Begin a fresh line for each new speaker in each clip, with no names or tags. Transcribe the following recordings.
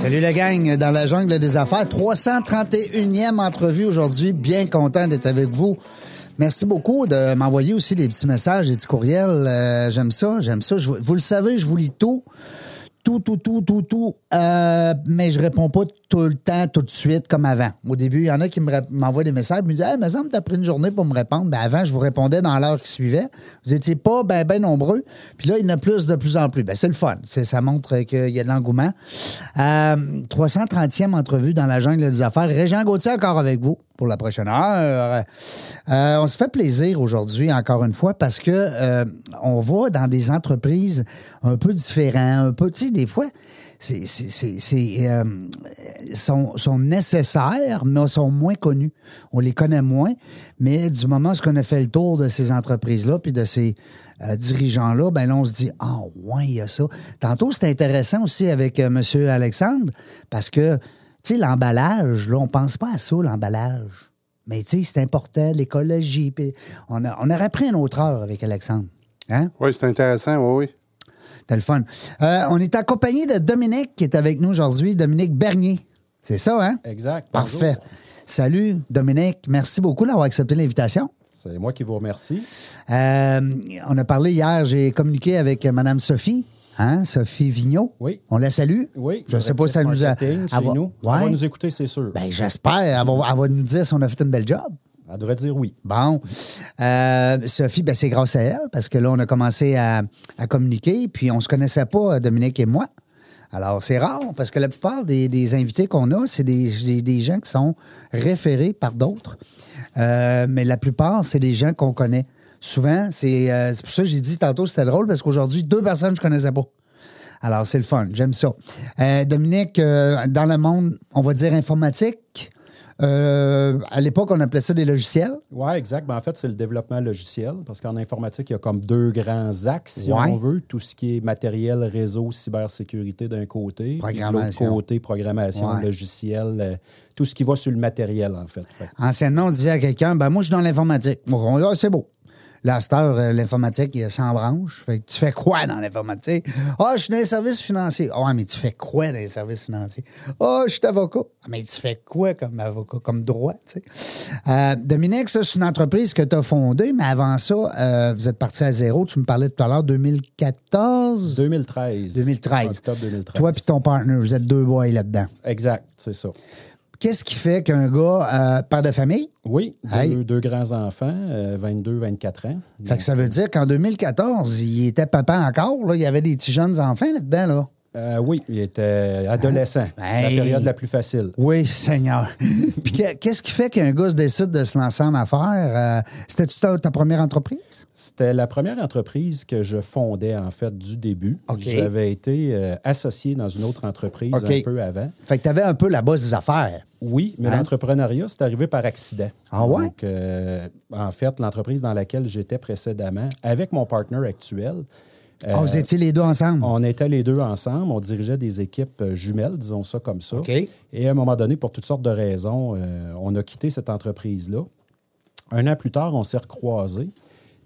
Salut la gang dans la jungle des affaires. 331e entrevue aujourd'hui. Bien content d'être avec vous. Merci beaucoup de m'envoyer aussi des petits messages, des petits courriels. Euh, j'aime ça, j'aime ça. Je vous- vous le savez, je vous lis tout. Tout, tout, tout, tout, tout. Euh, mais je réponds pas tout le temps, tout de suite, comme avant. Au début, il y en a qui me rép- m'envoient des messages, me disent Hey, mais ça me t'as pris une journée pour me répondre. Ben, avant, je vous répondais dans l'heure qui suivait. Vous n'étiez pas ben, ben nombreux. Puis là, il y en a plus de plus en plus. Ben, c'est le fun. C'est- Ça montre euh, qu'il y a de l'engouement. Euh, 330e entrevue dans la jungle des affaires. Régent Gauthier encore avec vous pour la prochaine heure. Euh, on se fait plaisir aujourd'hui, encore une fois, parce que euh, on va dans des entreprises un peu différentes, un peu, tu sais, des fois, c'est, c'est, c'est, c'est, euh, sont, sont nécessaires, mais sont moins connus. On les connaît moins, mais du moment où on a fait le tour de ces entreprises-là, puis de ces euh, dirigeants-là, ben là, on se dit, ah, ouais, il y a ça. Tantôt, c'était intéressant aussi avec euh, M. Alexandre, parce que, tu sais, l'emballage, là, on pense pas à ça, l'emballage. Mais tu sais, c'est important, l'écologie. puis On, a- on aurait pris une autre heure avec Alexandre. Hein?
Oui, c'est intéressant, oui, oui.
C'était le fun. Euh, on est accompagné de Dominique qui est avec nous aujourd'hui, Dominique Bernier. C'est ça, hein?
Exact. bonjour.
Parfait. Salut, Dominique. Merci beaucoup d'avoir accepté l'invitation.
C'est moi qui vous remercie.
Euh, on a parlé hier, j'ai communiqué avec Mme Sophie. Hein, Sophie Vigneault.
Oui.
On la salue.
Oui.
Je ne sais pas si elle nous a.
Marketing Chez
elle va-
nous. Elle va
Ouais.
nous écouter, c'est sûr.
Ben, j'espère. Elle va, elle va nous dire si on a fait une belle job.
Elle devrait dire oui.
Bon. Euh, Sophie, ben, c'est grâce à elle, parce que là, on a commencé à, à communiquer, puis on se connaissait pas, euh, Dominique et moi. Alors, c'est rare, parce que la plupart des, des invités qu'on a, c'est des, des- des gens qui sont référés par d'autres. Euh, mais la plupart, c'est des gens qu'on connaît. Souvent, c'est euh, c'est pour ça que j'ai dit tantôt c'était drôle, parce qu'aujourd'hui, deux personnes que je connaissais pas. Alors, c'est le fun. J'aime ça. Euh, Dominique, euh, dans le monde, on va dire informatique, euh, à l'époque, on appelait ça des logiciels.
Oui, exact. Ben, en fait, c'est le développement logiciel, parce qu'en informatique, il y a comme deux grands axes, si
Ouais.
on veut. Tout ce qui est matériel, réseau, cybersécurité d'un côté. puis
Programmation.
De l'autre côté, programmation,
Ouais.
logiciel, euh, tout ce qui va sur le matériel, en fait. Fait que
Anciennement, on disait à quelqu'un, ben moi, je suis dans l'informatique. Bon, là, c'est beau. Là, à cette heure, euh, l'informatique, il y a 100 branches. Fait que tu fais quoi dans l'informatique? Ah, je suis dans les services financiers. Ah, mais tu fais quoi dans les services financiers? Ah, je suis avocat. Ah, Mais tu fais quoi comme avocat, comme droit? tu sais? Euh, Dominique, ça, c'est une entreprise que tu as fondée, mais avant ça, euh, vous êtes parti à zéro. Tu me parlais tout à l'heure, 2014?
2013.
2013.
Octobre 2013.
Toi puis ton partner, vous êtes deux boys là-dedans.
Exact, c'est ça.
Qu'est-ce qui fait qu'un gars, euh, père de famille,
Oui, deux,
Hey.
deux grands-enfants, euh, 22, 24 ans.
Fait que ça veut dire qu'en 2014, il était papa encore. Là. Il y avait des petits jeunes enfants là-dedans. Là.
Euh, oui, il était adolescent.
Hein? Hey.
La période la plus facile.
Oui, Seigneur. Puis que- qu'est-ce qui fait qu'un gars se décide de se lancer en affaires? Euh, C'était-tu ta, ta première entreprise?
C'était la première entreprise que je fondais, en fait, du début.
OK.
J'avais été euh, associé dans une autre entreprise
OK.
un peu avant.
Fait que tu avais un peu la bosse des affaires.
Oui, mais
Hein?
l'entrepreneuriat, c'est arrivé par accident.
Ah ouais?
Donc, euh, en fait, l'entreprise dans laquelle j'étais précédemment, avec mon partner actuel, euh,
Ah, vous étiez les deux ensemble?
on était les deux ensemble, on dirigeait des équipes euh, jumelles, disons ça comme ça.
OK.
Et à un moment donné, pour toutes sortes de raisons, euh, on a quitté cette entreprise-là. Un an plus tard, on s'est recroisés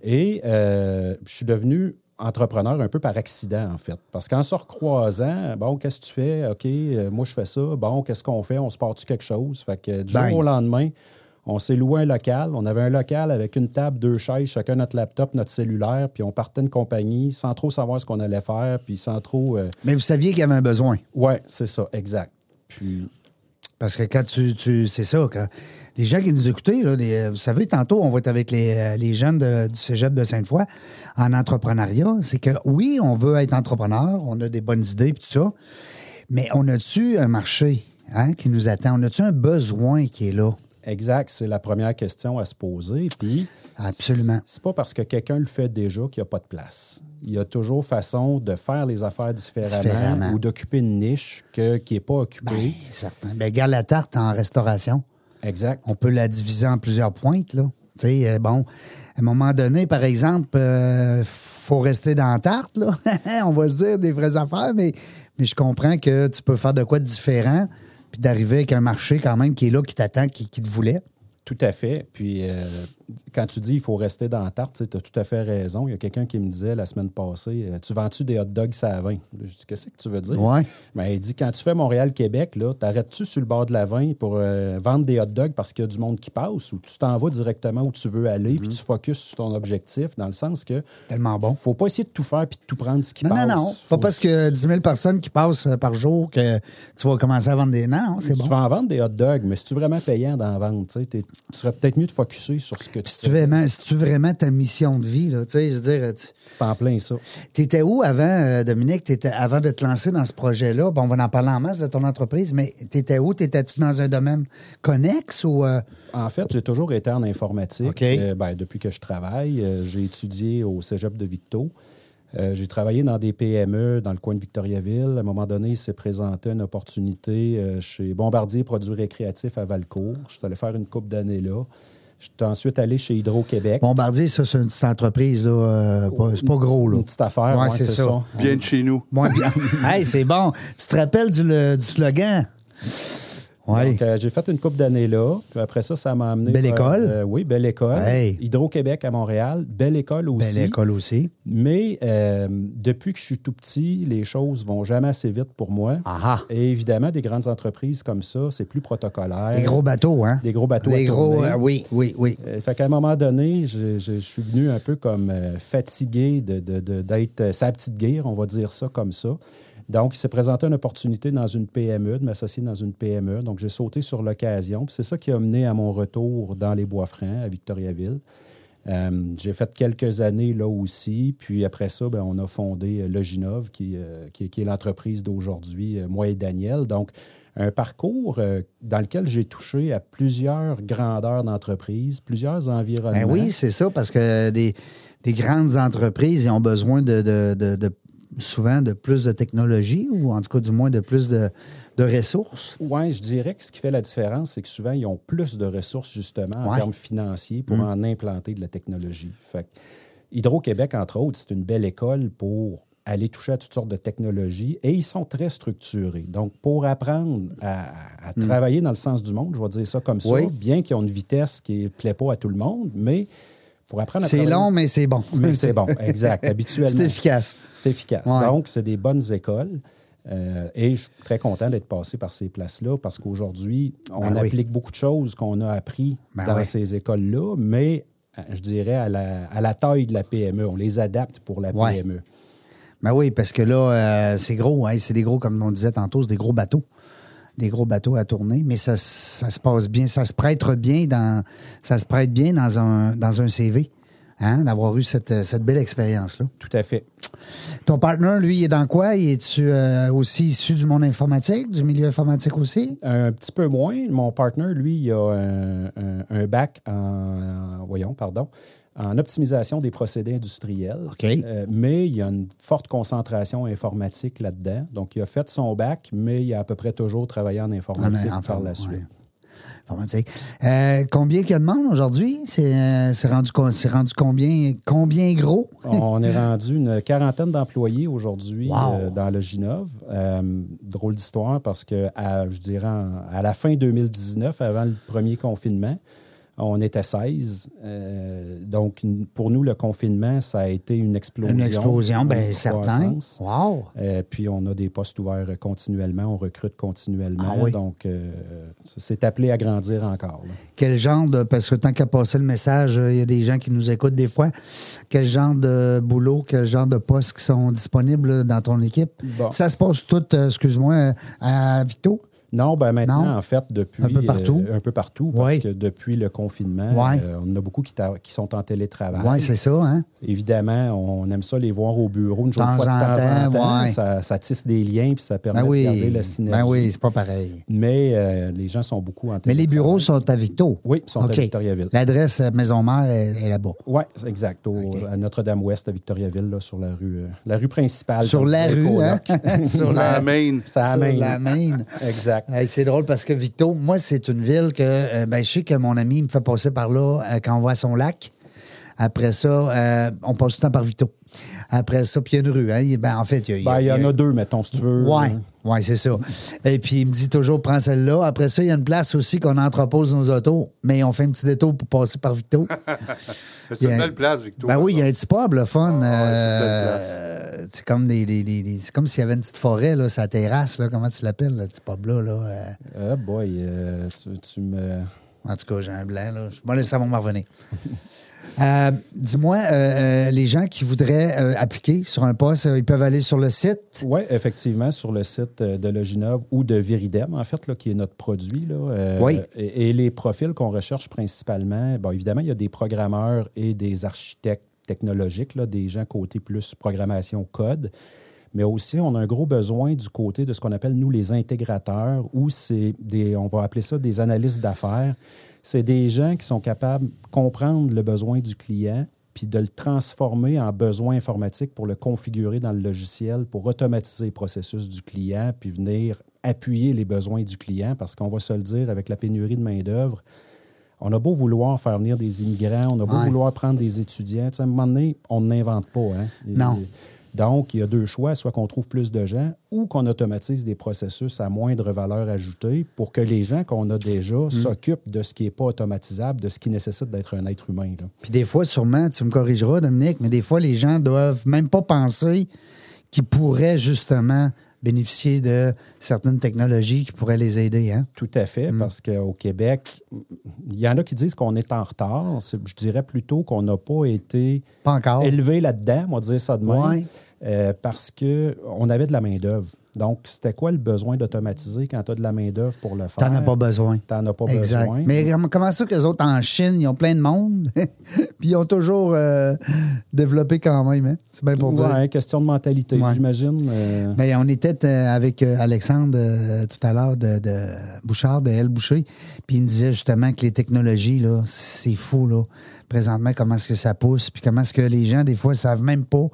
et euh, je suis devenu entrepreneur un peu par accident, en fait. Parce qu'en se recroisant, bon, qu'est-ce que tu fais? OK, euh, moi, je fais ça. Bon, qu'est-ce qu'on fait? On se part-tu quelque chose? Fait que euh, du
Bang.
jour au lendemain, on s'est loué un local. On avait un local avec une table, deux chaises, chacun notre laptop, notre cellulaire, puis on partait une compagnie sans trop savoir ce qu'on allait faire, puis sans trop... euh,
Mais vous saviez qu'il y avait un besoin.
Ouais, c'est ça, exact. Puis...
Parce que quand tu. tu c'est ça, quand. Les gens qui nous écoutaient, là, des- vous savez, tantôt, on va être avec les, euh, les jeunes de- du cégep de Sainte-Foy en entrepreneuriat. C'est que oui, on veut être entrepreneur, on a des bonnes idées et tout ça, mais on a-tu un marché? hein, qui nous attend? On a-tu un besoin qui est là?
Exact, c'est la première question à se poser. Puis,
Absolument.
c- C'est pas parce que quelqu'un le fait déjà qu'il n'y a pas de place. Il y a toujours façon de faire les affaires différemment,
Différemment.
ou d'occuper une niche que- qui n'est pas occupée.
Certain. Ben, garde la tarte en restauration.
exact.
on peut la diviser en plusieurs pointes. Là. Tu sais, euh, bon, à un moment donné, par exemple, euh, faut rester dans la tarte, là. on va se dire des vraies affaires, mais, mais je comprends que tu peux faire de quoi de différent, puis d'arriver avec un marché quand même qui est là, qui t'attend, qui, qui te voulait.
Tout à fait. Puis euh, quand tu dis il faut rester dans la tarte, tu as tout à fait raison. Il y a quelqu'un qui me disait la semaine passée euh, Tu vends-tu des hot dogs à 20 Je dis Qu'est-ce que tu veux dire
Ouais.
Mais il dit Quand tu fais Montréal-Québec, là, t'arrêtes-tu sur le bord de la 20 pour euh, vendre des hot dogs parce qu'il y a du monde qui passe ou tu t'en vas directement où tu veux aller puis tu focuses sur ton objectif dans le sens que.
Mhm. Tellement bon.
Faut pas essayer de tout faire puis de tout prendre ce qui
Non,
passe.
non, non. Pas
Faut-
parce que 10 000 personnes qui passent euh, par jour que tu vas commencer à vendre des. Non, c'est
Tu
bon.
vas en vendre des hot dogs, mais si tu vraiment payant d'en vendre, tu sais, t'es- tu serais peut-être mieux de focusser sur ce que tu
Si
fais.
tu, vraiment, si tu vraiment ta mission de vie, là, tu sais, je veux dire, tu-
C'est en plein ça.
T'étais où avant, euh, Dominique, T'étais- avant de te lancer dans ce projet-là? Bon, on va en parler en masse de ton entreprise, mais t'étais où? T'étais-tu dans un domaine connexe ou... euh,
En fait, j'ai toujours été en informatique.
OK.
Euh, ben, depuis que je travaille, euh, j'ai étudié au cégep de Victo. Euh, j'ai travaillé dans des PME dans le coin de Victoriaville. À un moment donné, il s'est présenté une opportunité euh, chez Bombardier Produits Récréatifs à Valcourt. Je suis allé faire une coupe d'années là. J'étais ensuite allé chez Hydro-Québec.
Bombardier, ça, c'est une petite entreprise, là. euh, pas- c'est pas gros, là.
Une petite affaire,
Ouais,
ouais,
c'est ça.
Viens de chez nous.
Moins bien. hey, c'est bon. Tu te rappelles du, le- du slogan? Oui.
Donc, euh, j'ai fait une coupe d'années là. Puis après ça, ça m'a amené.
Belle
vers-
école.
euh, oui, belle école.
Hey.
Hydro-Québec à Montréal. Belle école aussi.
Belle école Ben, aussi.
Mais euh, depuis que je suis tout petit, les choses vont jamais assez vite pour moi.
Ah ah.
Et évidemment, des grandes entreprises comme ça, c'est plus protocolaire.
Des gros bateaux, hein?
Euh, Des gros bateaux
Des
à
gros...
tourner.
euh, oui, oui, oui.
Euh, fait qu'à un moment donné, je, je- je suis venu un peu comme euh, fatigué de- de- de- d'être euh, sa petite guerre, on va dire ça comme ça. Donc, il s'est présenté une opportunité dans une PME, de m'associer dans une PME. Donc, j'ai sauté sur l'occasion. Puis C'est ça qui a mené à mon retour dans les Bois-Francs, à Victoriaville. Euh, j'ai fait quelques années là aussi. Puis après ça, ben, on a fondé euh, Loginov, qui, euh, qui, qui est l'entreprise d'aujourd'hui, euh, moi et Daniel. Donc, un parcours euh, dans lequel j'ai touché à plusieurs grandeurs d'entreprises, plusieurs environnements.
Ben oui, c'est ça, parce que des, des grandes entreprises, ils ont besoin de, de- de- de- souvent de plus de technologie ou en tout cas du moins de plus de, de ressources.
Oui, je dirais que ce qui fait la différence, c'est que souvent, ils ont plus de ressources, justement, en
Ouais. Mm.
termes financiers, pour en implanter de la technologie. Fait que Hydro-Québec, entre autres, c'est une belle école pour aller toucher à toutes sortes de technologies et ils sont très structurés. Donc, pour apprendre à, à travailler dans le sens du monde, je vais dire ça comme ça,
Mm. Oui.
bien qu'ils ont une vitesse qui ne plaît pas à tout le monde, mais pour apprendre à
C'est
travailler-
long, mais c'est bon.
mais c'est bon, exact. Habituellement.
C'est efficace.
C'est efficace.
Ouais.
Donc, c'est des bonnes écoles. Euh, et je suis très content d'être passé par ces places-là parce qu'aujourd'hui, on
Ben oui.
applique beaucoup de choses qu'on a appris
Ben
dans
oui.
ces écoles-là, mais euh, je dirais à la, à la taille de la PME. On les adapte pour la E.
Ouais.
PME.
Ben oui, parce que là, euh, c'est gros, hein, c'est des gros, comme on disait tantôt, c'est des gros bateaux. Des gros bateaux à tourner, mais ça, ça se passe bien, ça se prête bien dans ça se prête bien dans un dans un CV, hein, d'avoir eu cette, cette belle expérience-là.
Tout à fait.
Ton partenaire, lui, il est dans quoi? Il est-tu euh, aussi issu du monde informatique, du milieu informatique aussi?
Un petit peu moins. Mon partner, lui, il a un, un- un bac en, en- voyons, pardon, en optimisation des procédés industriels.
OK.
Euh, mais il y a une forte concentration informatique là-dedans. Donc, il a fait son bac, mais il a à peu près toujours travaillé en informatique
En- en-
par la
ouais.
suite.
Informatique. Euh, combien qu'il y a de monde aujourd'hui? C'est euh, c'est rendu, co- c'est rendu combien, combien gros?
On est rendu une quarantaine d'employés aujourd'hui
Wow.
euh, dans le Ginov. Euh, drôle d'histoire parce que, à, je dirais, en- à la fin 2019, avant le premier confinement, on était 16. Euh, donc, une- pour nous, le confinement, ça a été une explosion.
Une explosion, bien
une
certain.
croissance.
Wow!
Euh, puis on a des postes ouverts continuellement, on recrute continuellement.
Ah oui.
Donc, euh, c'est appelé à grandir encore. là.
Quel genre de. Parce que tant qu'à passer le message, euh, il y a des gens qui nous écoutent des fois. Quel genre de boulot, quel genre de postes qui sont disponibles dans ton équipe?
Bon.
Ça se passe tout, euh, excuse-moi, euh, à Victo?
Non, ben maintenant,
Non?
en fait, depuis.
Un peu partout?
euh, un peu partout, parce
Ouais.
que depuis le confinement,
Ouais.
euh, on en a beaucoup qui, ta- qui sont en télétravail.
Oui, c'est ça, hein?
Évidemment, on aime ça les voir au bureau une
Temps
journée fois de
en
temps
temps,
en temps.
ouais.
Ça, ça tisse des liens puis ça permet
Ben
de garder
oui.
la synergie.
Ben oui, c'est pas pareil.
Mais euh, les gens sont beaucoup en
Mais les
télétravail.
bureaux sont à Victo.
Oui, ils sont à
OK.
Victoriaville.
L'adresse euh, Maison-Mère est, est là-bas.
Oui, exact. au- À Notre-Dame-Ouest, à Victoriaville, là, sur la rue, euh, la rue principale.
Sur
comme
la
disait
rue, hein?
Kodak.
Sur
La
la
main.
Ça
sur
amène.
la Maine.
Ben, Exact.
Hey, c'est drôle parce que Victo, moi, c'est une ville que euh, ben, je sais que mon ami me fait passer par là euh, quand on va à son lac. Après ça, euh, on passe tout le temps par Victo. Après ça, puis il y a une rue. Hein? Il- Ben, en fait, il y a- il y a.
Ben, il y
il
en a deux, hein. mettons, si tu veux.
Ouais, ouais, c'est ça. Et puis il me dit toujours prends celle-là. Après ça, il y a une place aussi qu'on entrepose nos autos, mais on fait un petit détour pour passer par Victo.
C'est
Il y
une
a-
belle place, Victor.
Ben oui, il y a un petit pub, le fun.
Ah, ouais, c'est une belle
Euh, c'est comme des, des- des- des- c'est comme s'il y avait une petite forêt, là, sa terrasse, là, comment tu l'appelles, le petit pub-là? Là, euh,
Ah, boy, euh, tu, tu me.
en tout cas, j'ai un blanc. Là. Bon, là, ça va m'en revenir. Euh, Dis-moi, euh, euh, les gens qui voudraient euh, appliquer sur un poste, euh, ils peuvent aller sur le site.
Oui, effectivement, sur le site euh, de Loginov ou de Viridem, en fait, là, qui est notre produit. Là, euh,
Oui.
Et, et les profils qu'on recherche principalement, bon, évidemment, il y a des programmeurs et des architectes technologiques, là, des gens côté plus programmation code. Mais aussi, on a un gros besoin du côté de ce qu'on appelle, nous, les intégrateurs, ou c'est des, on va appeler ça des analystes d'affaires. C'est des gens qui sont capables de comprendre le besoin du client, puis de le transformer en besoin informatique pour le configurer dans le logiciel, pour automatiser les processus du client, puis venir appuyer les besoins du client, parce qu'on va se le dire, avec la pénurie de main-d'œuvre, on a beau vouloir faire venir des immigrants, on a beau
Ouais.
vouloir prendre des étudiants, tu sais, à un moment donné, on n'invente pas. hein.
Non.
Donc, il y a deux choix, soit qu'on trouve plus de gens ou qu'on automatise des processus à moindre valeur ajoutée pour que les gens qu'on a déjà
Mm.
s'occupent de ce qui n'est pas automatisable, de ce qui nécessite d'être un être humain. là.
Puis des fois, sûrement, tu me corrigeras, Dominique, mais des fois, les gens doivent même pas penser qu'ils pourraient justement bénéficier de certaines technologies qui pourraient les aider. Hein?
Tout à fait, parce qu'au Québec, il y en a qui disent qu'on est en retard. C'est- Je dirais plutôt qu'on n'a pas été
Pas encore.
élevé là-dedans, on va dire ça de même,
Ah. Ouais.
euh, parce qu'on avait de la main-d'œuvre. Donc, c'était quoi le besoin d'automatiser quand tu as de la main-d'œuvre pour le faire?
T'en as pas besoin.
T'en as pas
exact.
besoin.
Mais comment- comment ça que les autres en Chine, ils ont plein de monde, puis ils ont toujours euh, développé quand même. hein? C'est bien pour dire.
Ouais, question de mentalité,
Ouais.
j'imagine. euh,
Mais on était euh, avec euh, Alexandre euh, tout à l'heure de, de Bouchard, de L. Boucher, puis il me disait justement que les technologies, là, c'est fou, là, présentement, comment est-ce que ça pousse, puis comment est-ce que les gens, des fois, savent même pas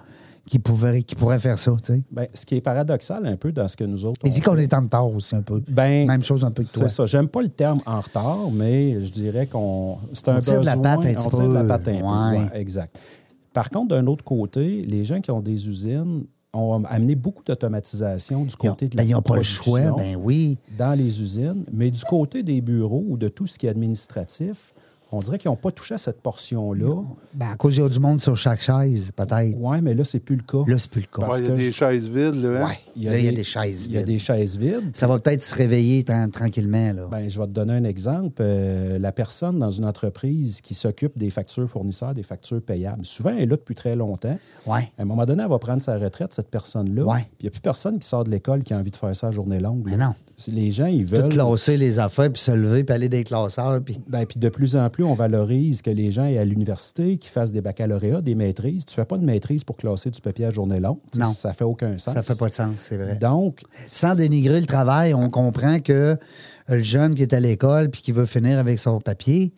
qu'ils pouvaient, qu'ils pourraient faire ça, tu sais.
ben, ce qui est paradoxal un peu dans ce que nous autres.
Il
on
dit qu'on est en retard aussi, un peu.
euh, Ben,
Même chose un peu que toi.
C'est ça. J'aime pas le terme en retard, mais je dirais qu'on. C'est un
On tire de la
besoin,
patte un
on
petit
tire de la
peu.
patte un peu,
Ouais.
ouais, exact. Par contre, d'un autre côté, les gens qui ont des usines ont amené beaucoup d'automatisation du
Ils ont-
côté de
ben,
la
ils n'ont pas le
production
choix, ben oui.
dans les usines, mais du côté des bureaux ou de tout ce qui est administratif, on dirait qu'ils n'ont pas touché à cette portion-là.
Ben, à cause, il y a du monde sur chaque chaise, peut-être.
Oui, mais là, c'est plus le cas.
Là, c'est plus le cas.
Ouais, Il y a
que
des
je-
chaises vides, là. hein?
Ouais. Là, il y a des chaises
Il y a
vides.
des chaises vides.
Ça va peut-être se réveiller tran- tranquillement, là.
Ben, je vais te donner un exemple. Euh, la personne dans une entreprise qui s'occupe des factures fournisseurs, des factures payables, souvent elle est là depuis très longtemps.
Ouais.
À un moment donné, elle va prendre sa retraite, cette personne-là.
Ouais.
Puis il n'y a plus personne qui sort de l'école qui a envie de faire ça à journée longue.
Mais
là.
non.
Les gens, ils
Tout
veulent.
classer les affaires, puis se lever, puis aller des classeurs, puis...
Ben, puis de plus en plus, on valorise que les gens aient à l'université, qui fassent des baccalauréats, des maîtrises. Tu ne fais pas de maîtrise pour classer du papier à journée longue. Tu sais,
Non.
Ça fait aucun sens.
Ça fait pas de sens, c'est vrai.
Donc,
Sans dénigrer le travail, on comprend que le jeune qui est à l'école puis qui veut finir avec son papier,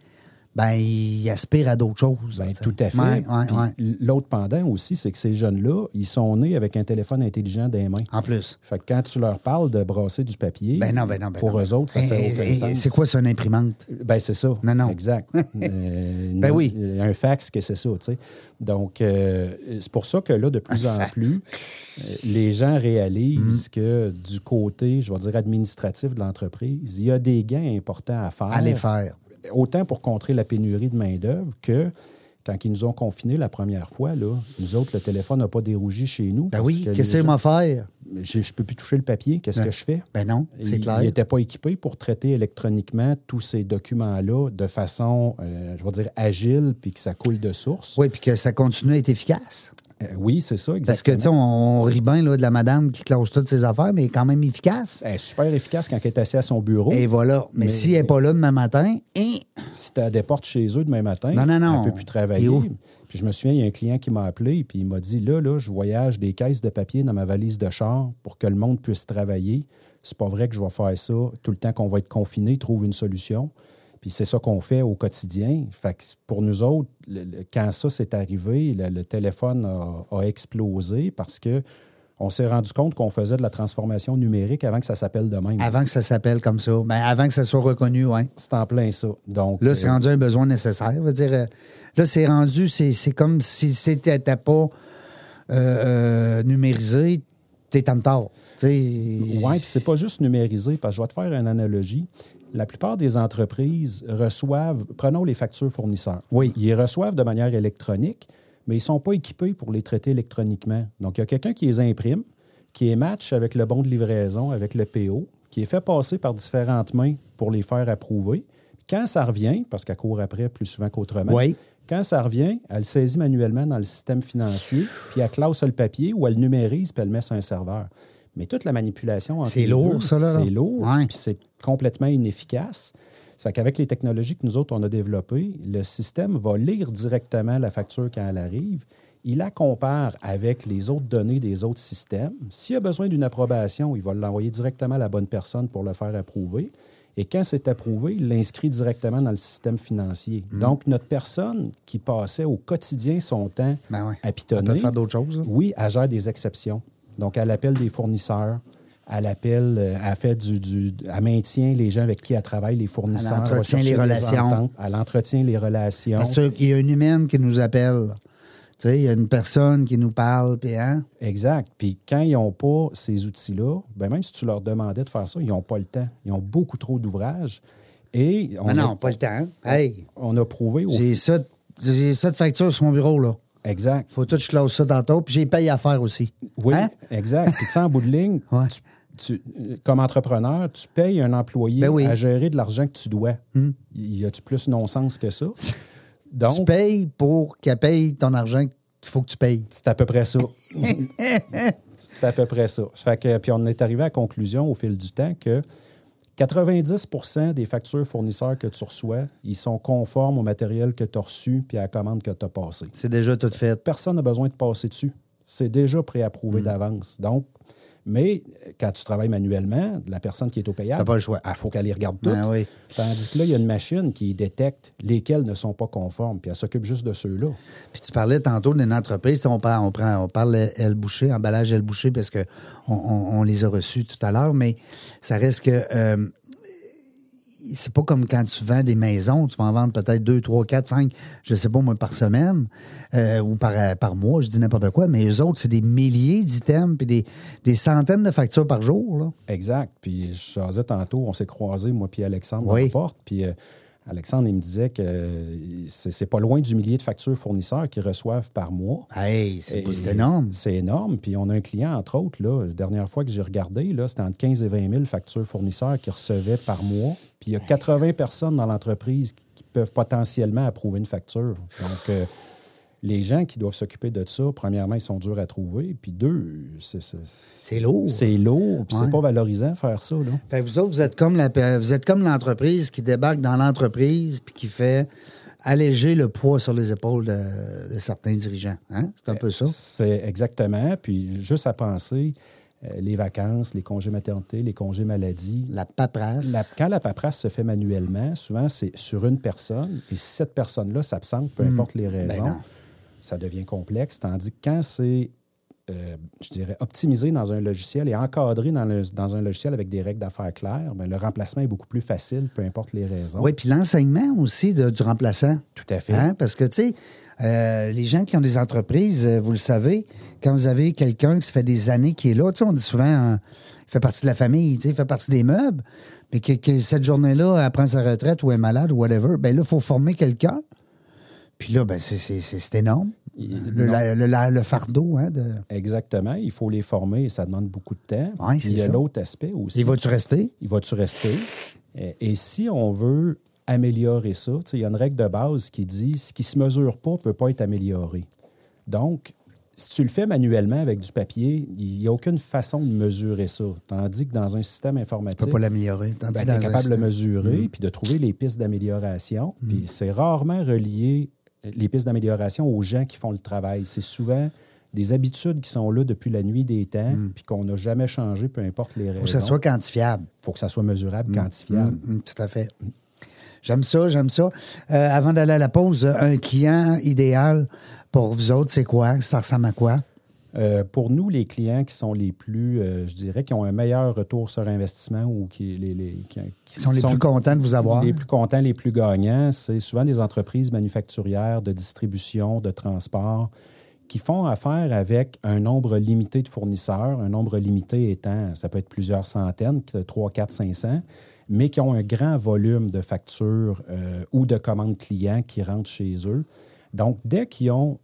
ben il aspire à d'autres choses.
Ben,
là,
tout
t'sais.
à fait.
Ouais, ouais,
Puis
ouais.
L'autre pendant aussi, c'est que ces jeunes-là, ils sont nés avec un téléphone intelligent des mains.
En plus.
Fait que quand tu leur parles de brasser du papier,
Ben non, ben non, ben
pour
non.
eux autres, ça
Eh,
fait
eh,
aucun
eh,
sens.
C'est quoi, ça, une imprimante?
Ben, c'est ça.
Non, non.
Exact. Euh,
Ben oui.
Un fax, que c'est ça, tu sais. Donc, euh, c'est pour ça que là, de plus en plus, euh, les gens
Mm.
réalisent que du côté, je vais dire, administratif de l'entreprise, il y a des gains importants à faire.
À les faire.
Autant pour contrer la pénurie de main-d'œuvre que. Quand ils nous ont confinés la première fois, là, nous autres, le téléphone n'a pas dérougi chez nous.
Ben
parce
oui,
que
qu'est-ce que
les
je vais faire?
gens- je ne peux plus toucher le papier, qu'est-ce que je fais?
Ben non, c'est
Il-
clair.
Il n'était pas équipé pour traiter électroniquement tous ces documents-là de façon, euh, je vais dire, agile, puis que ça coule de source.
Oui, puis que ça continue à être efficace.
Euh, oui, c'est ça, exactement.
Parce que, tu sais, on, on rit bien là, de la madame qui cloche toutes ses affaires, mais elle est quand même efficace.
Elle est super efficace quand elle est assise à son bureau.
Et voilà. Mais,
Ben Mais-
si elle n'est pas là demain matin, hein, et
si tu as des portes chez eux demain matin,
Non, non, non.
on ne peut plus
Et
travailler.
où?
Puis je me souviens, il y a un client qui m'a appelé puis il m'a dit Là, là, je voyage des caisses de papier dans ma valise de char pour que le monde puisse travailler. C'est pas vrai que je vais faire ça tout le temps qu'on va être confiné, trouve une solution. Puis c'est ça qu'on fait au quotidien. Fait que pour nous autres, le- le- quand ça s'est arrivé, le, le téléphone a, a explosé parce que on s'est rendu compte qu'on faisait de la transformation numérique avant que ça s'appelle de même.
avant que ça s'appelle comme ça, ben, avant que ça soit reconnu, ouais.
C'est en plein ça. Donc,
Là, c'est
euh,
rendu un besoin nécessaire. Je veux dire, euh, là, c'est rendu, c'est c'est comme si c'était t'as pas euh, euh, numérisé, t'es en retard. Tu sais,
Oui, puis c'est pas juste numérisé, parce que je vais te faire une analogie. La plupart des entreprises reçoivent, prenons les factures fournisseurs.
Oui.
Ils les reçoivent de manière électronique, mais ils ne sont pas équipés pour les traiter électroniquement. Donc, il y a quelqu'un qui les imprime, qui les match avec le bon de livraison, avec le PO, qui les fait passer par différentes mains pour les faire approuver. Quand ça revient, parce qu'elle court après plus souvent qu'autrement,
Oui.
quand ça revient, elle le saisit manuellement dans le système financier, puis elle classe le papier ou elle le numérise, puis elle le met sur un serveur. Mais toute la manipulation entre
C'est
les
lourd,
deux,
ça, là, là.
C'est lourd,
Ouais.
puis c'est complètement inefficace. Ça fait qu'avec les technologies que nous autres, on a développées, le système va lire directement la facture quand elle arrive. Il la compare avec les autres données des autres systèmes. S'il a besoin d'une approbation, il va l'envoyer directement à la bonne personne pour le faire approuver. Et quand c'est approuvé, il l'inscrit directement dans le système financier.
Mm.
Donc, notre personne qui passait au quotidien son temps
Ben ouais.
à pitonner...
On peut faire d'autres choses, là.
Oui, elle gère des exceptions. Donc, elle appelle des fournisseurs. Elle appelle, euh, elle fait du, du- elle maintient les gens avec qui elle travaille, les fournisseurs.
Elle entretient
va chercher
les
des
relations.
ententes. Elle entretient les relations.
Parce qu'il y a une humaine qui nous appelle. Tu sais, il y a une personne qui nous parle, puis hein?
Exact. Puis quand ils n'ont pas ces outils-là, ben même si tu leur demandais de faire ça, ils n'ont pas le temps. Ils ont beaucoup trop d'ouvrages. Et on,
Mais Ben non,
a,
pas le temps. hein. Hey,
on a prouvé au
j'ai ça, de- j'ai ça de facture sur mon bureau, là.
Exact.
Faut tout que je close ça tantôt, puis j'ai paye à faire aussi.
Oui,
Hein?
exact. Puis tu sais, en bout de ligne,
Ouais.
tu- euh, comme entrepreneur, tu payes un employé
Ben oui. Hmm.
à gérer de l'argent que tu dois. Y Y a-tu plus non-sens que ça?
Tu
Donc,
payes pour qu'elle paye ton argent qu'il faut que tu payes.
c'est à peu près ça. c'est à peu près ça. Fait que, puis on est arrivé à la conclusion au fil du temps que 90 des factures fournisseurs que tu reçois, ils sont conformes au matériel que tu as reçu puis à la commande que tu as passée.
C'est déjà tout fait.
personne n'a besoin de passer dessus. C'est déjà
Hmm.
préapprouvé d'avance. Donc, mais quand tu travailles manuellement, la personne qui est au payable,
T'as pas le choix.
il faut qu'elle les regarde toutes.
Ben oui.
Tandis que là, il y a une machine qui détecte lesquelles ne sont pas conformes, puis elle s'occupe juste de ceux-là.
Puis tu parlais tantôt d'une entreprise, on parle, on prend, on parle Elle Boucher, emballage Elle Boucher, parce que on, on- on les a reçus tout à l'heure, mais ça reste que euh, c'est pas comme quand tu vends des maisons, tu vas en vendre peut-être deux, trois, quatre, cinq, je sais pas moi, par semaine euh, ou par, par mois, je dis n'importe quoi, mais eux autres, c'est des milliers d'items puis des, des centaines de factures par jour. Là.
Exact. Puis je jasais tantôt, on s'est croisés, moi puis Alexandre,
Oui.
dans la porte. Puis euh, Alexandre, il me disait que euh, c'est c'est pas loin du millier de factures fournisseurs qu'ils reçoivent par mois.
Hey, c'est
Et-
c'est énorme.
C'est énorme. Puis on a un client, entre autres, là, la dernière fois que j'ai regardé, là, c'était entre 15 000 et 20 000 factures fournisseurs qu'ils recevaient par mois. Puis il y a 80 personnes dans l'entreprise qui- qui peuvent potentiellement approuver une facture. Donc, euh, les gens qui doivent s'occuper de ça, premièrement, ils sont durs à trouver. Puis deux, c'est- c'est
C'est lourd.
c'est lourd. Puis
Ouais.
c'est pas valorisant faire ça. Là.
Fait que vous autres, vous êtes comme la, vous êtes comme l'entreprise qui débarque dans l'entreprise puis qui fait alléger le poids sur les épaules de, de certains dirigeants. Hein? C'est un peu ça.
C'est exactement. Puis juste à penser, euh, les vacances, les congés maternité, les congés maladie,
La paperasse.
La- quand la paperasse se fait manuellement, souvent c'est sur une personne, et si cette personne-là s'absente, peu importe les raisons,
Hmm. Ben non.
ça devient complexe. Tandis que quand c'est, euh, je dirais, optimisé dans un logiciel et encadré dans, le- dans un logiciel avec des règles d'affaires claires, ben, le remplacement est beaucoup plus facile, peu importe les raisons.
Oui, puis l'enseignement aussi de- du remplaçant.
Tout à fait.
Hein? Parce que, tu sais, euh, les gens qui ont des entreprises, euh, vous le savez, quand vous avez quelqu'un qui se fait des années qui est là, tu sais, on dit souvent, hein, il fait partie de la famille, tu sais, il fait partie des meubles, mais que, que cette journée-là, elle prend sa retraite ou est malade ou whatever, ben là, il faut former quelqu'un. Puis là, ben c'est- c'est c'est- c'est énorme. Le, la- le- la- le fardeau, hein, de...
Exactement, il faut les former et ça demande beaucoup de temps.
Ouais, c'est
il y a
ça.
l'autre aspect aussi.
Il va-tu rester?
il va-tu rester? Et, et si on veut améliorer ça, tu sais, il y a une règle de base qui dit ce qui ne se mesure pas ne peut pas être amélioré. Donc, si tu le fais manuellement avec du papier, il n'y a aucune façon de mesurer ça. Tandis que dans un système informatique,
Tu peux pas l'améliorer. Tandis
ben,
dans
t'es
un
capable de
système- Mm.
mesurer, puis de trouver les pistes d'amélioration. Puis c'est rarement relié, euh, les pistes d'amélioration, aux gens qui font le travail. C'est souvent des habitudes qui sont là depuis la nuit des temps, puis qu'on n'a jamais changé, peu importe les raisons.
Mm. Faut que ça soit quantifiable.
faut que ça soit mesurable, quantifiable.
Mm, mm, tout à fait. J'aime ça, j'aime ça. Euh, avant d'aller à la pause, euh, un client idéal pour vous autres, c'est quoi? Ça ressemble à quoi?
Euh, pour nous, les clients qui sont les plus, euh, je dirais, qui ont un meilleur retour sur investissement ou qui, les, les- qui- qui
Ils sont les plus contents de vous avoir.
Les plus contents, les plus gagnants, c'est souvent des entreprises manufacturières, de distribution, de transport, qui font affaire avec un nombre limité de fournisseurs, un nombre limité étant, ça peut être plusieurs centaines, que 3, 4, 500, mais qui ont un grand volume de factures euh, ou de commandes clients qui rentrent chez eux. Donc, dès qu'ils ont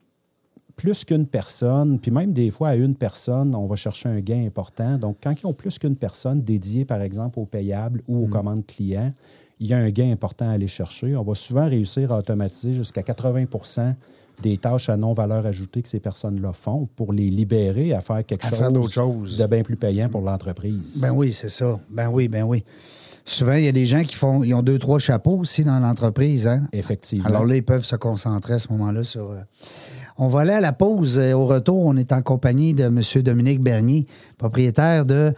plus qu'une personne, puis même des fois à une personne, on va chercher un gain important. Donc, quand ils ont plus qu'une personne dédiée, par exemple, aux payables ou aux
Mm.
commandes clients, il y a un gain important à aller chercher. On va souvent réussir à automatiser jusqu'à 80 des tâches à non-valeur ajoutée que ces personnes-là font pour les libérer à faire quelque
À
chose
faire d'autres choses.
de bien plus payant pour l'entreprise.
Ben oui, c'est ça. Ben oui, ben oui. Souvent, il y a des gens qui font, ils ont deux, trois chapeaux aussi dans l'entreprise. Hein?
Effectivement.
Alors là, ils peuvent se concentrer à ce moment-là sur. euh, On va aller à la pause. Et Au retour, on est en compagnie de M. Dominique Bernier, propriétaire de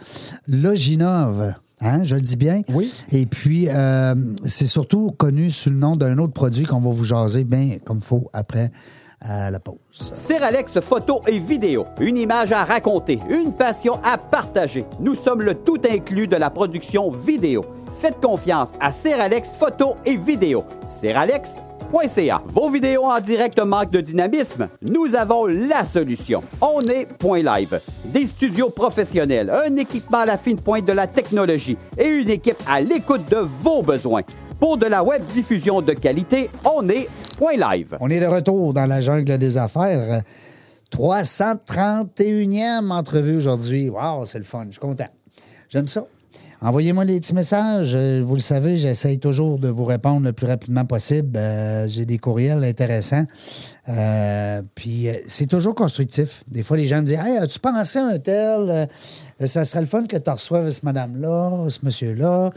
Loginov. Hein, je le dis bien.
Oui.
Et puis, euh, c'est surtout connu sous le nom d'un autre produit qu'on va vous jaser bien comme faut après euh, la pause.
Alex photo et vidéo. Une image à raconter, une passion à partager. Nous sommes le tout inclus de la production vidéo. Faites confiance à Alex photo et vidéo. Seralex.ca. Vos vidéos en direct manquent de dynamisme? Nous avons la solution. On est Point Live. Des studios professionnels, un équipement à la fine pointe de la technologie et une équipe à l'écoute de vos besoins. Pour de la web diffusion de qualité, on est Point Live.
On est de retour dans la jungle des affaires. Euh, 331e entrevue aujourd'hui. Wow, c'est le fun. Je suis content. J'aime ça. Envoyez-moi des petits messages. Euh, Vous le savez, j'essaye toujours de vous répondre le plus rapidement possible. Euh, J'ai des courriels intéressants. Euh, puis euh, c'est toujours constructif. Des fois, les gens me disent Hey, as-tu pensé à un tel Euh, Ça serait le fun que tu reçoives ce madame-là, ce monsieur-là.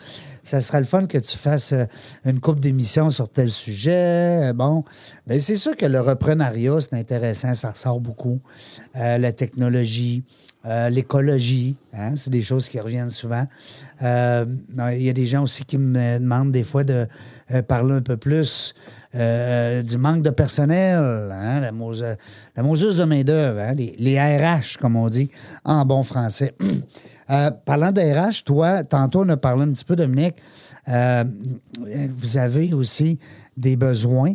Ça serait le fun que tu fasses euh, une coupe d'émissions sur tel sujet. Euh, Bon. Mais c'est sûr que le reprenariat, c'est intéressant. Ça ressort beaucoup. Euh, la technologie. euh, l'écologie, hein, c'est des choses qui reviennent souvent. Euh, non, Il y a des gens aussi qui me demandent des fois de euh, parler un peu plus euh, du manque de personnel, hein, la, mose, la moseuse de main-d'œuvre, hein, les, les RH, comme on dit, en bon français. Euh, parlant de RH, toi, tantôt, on a parlé un petit peu, Dominique. euh, vous avez aussi des besoins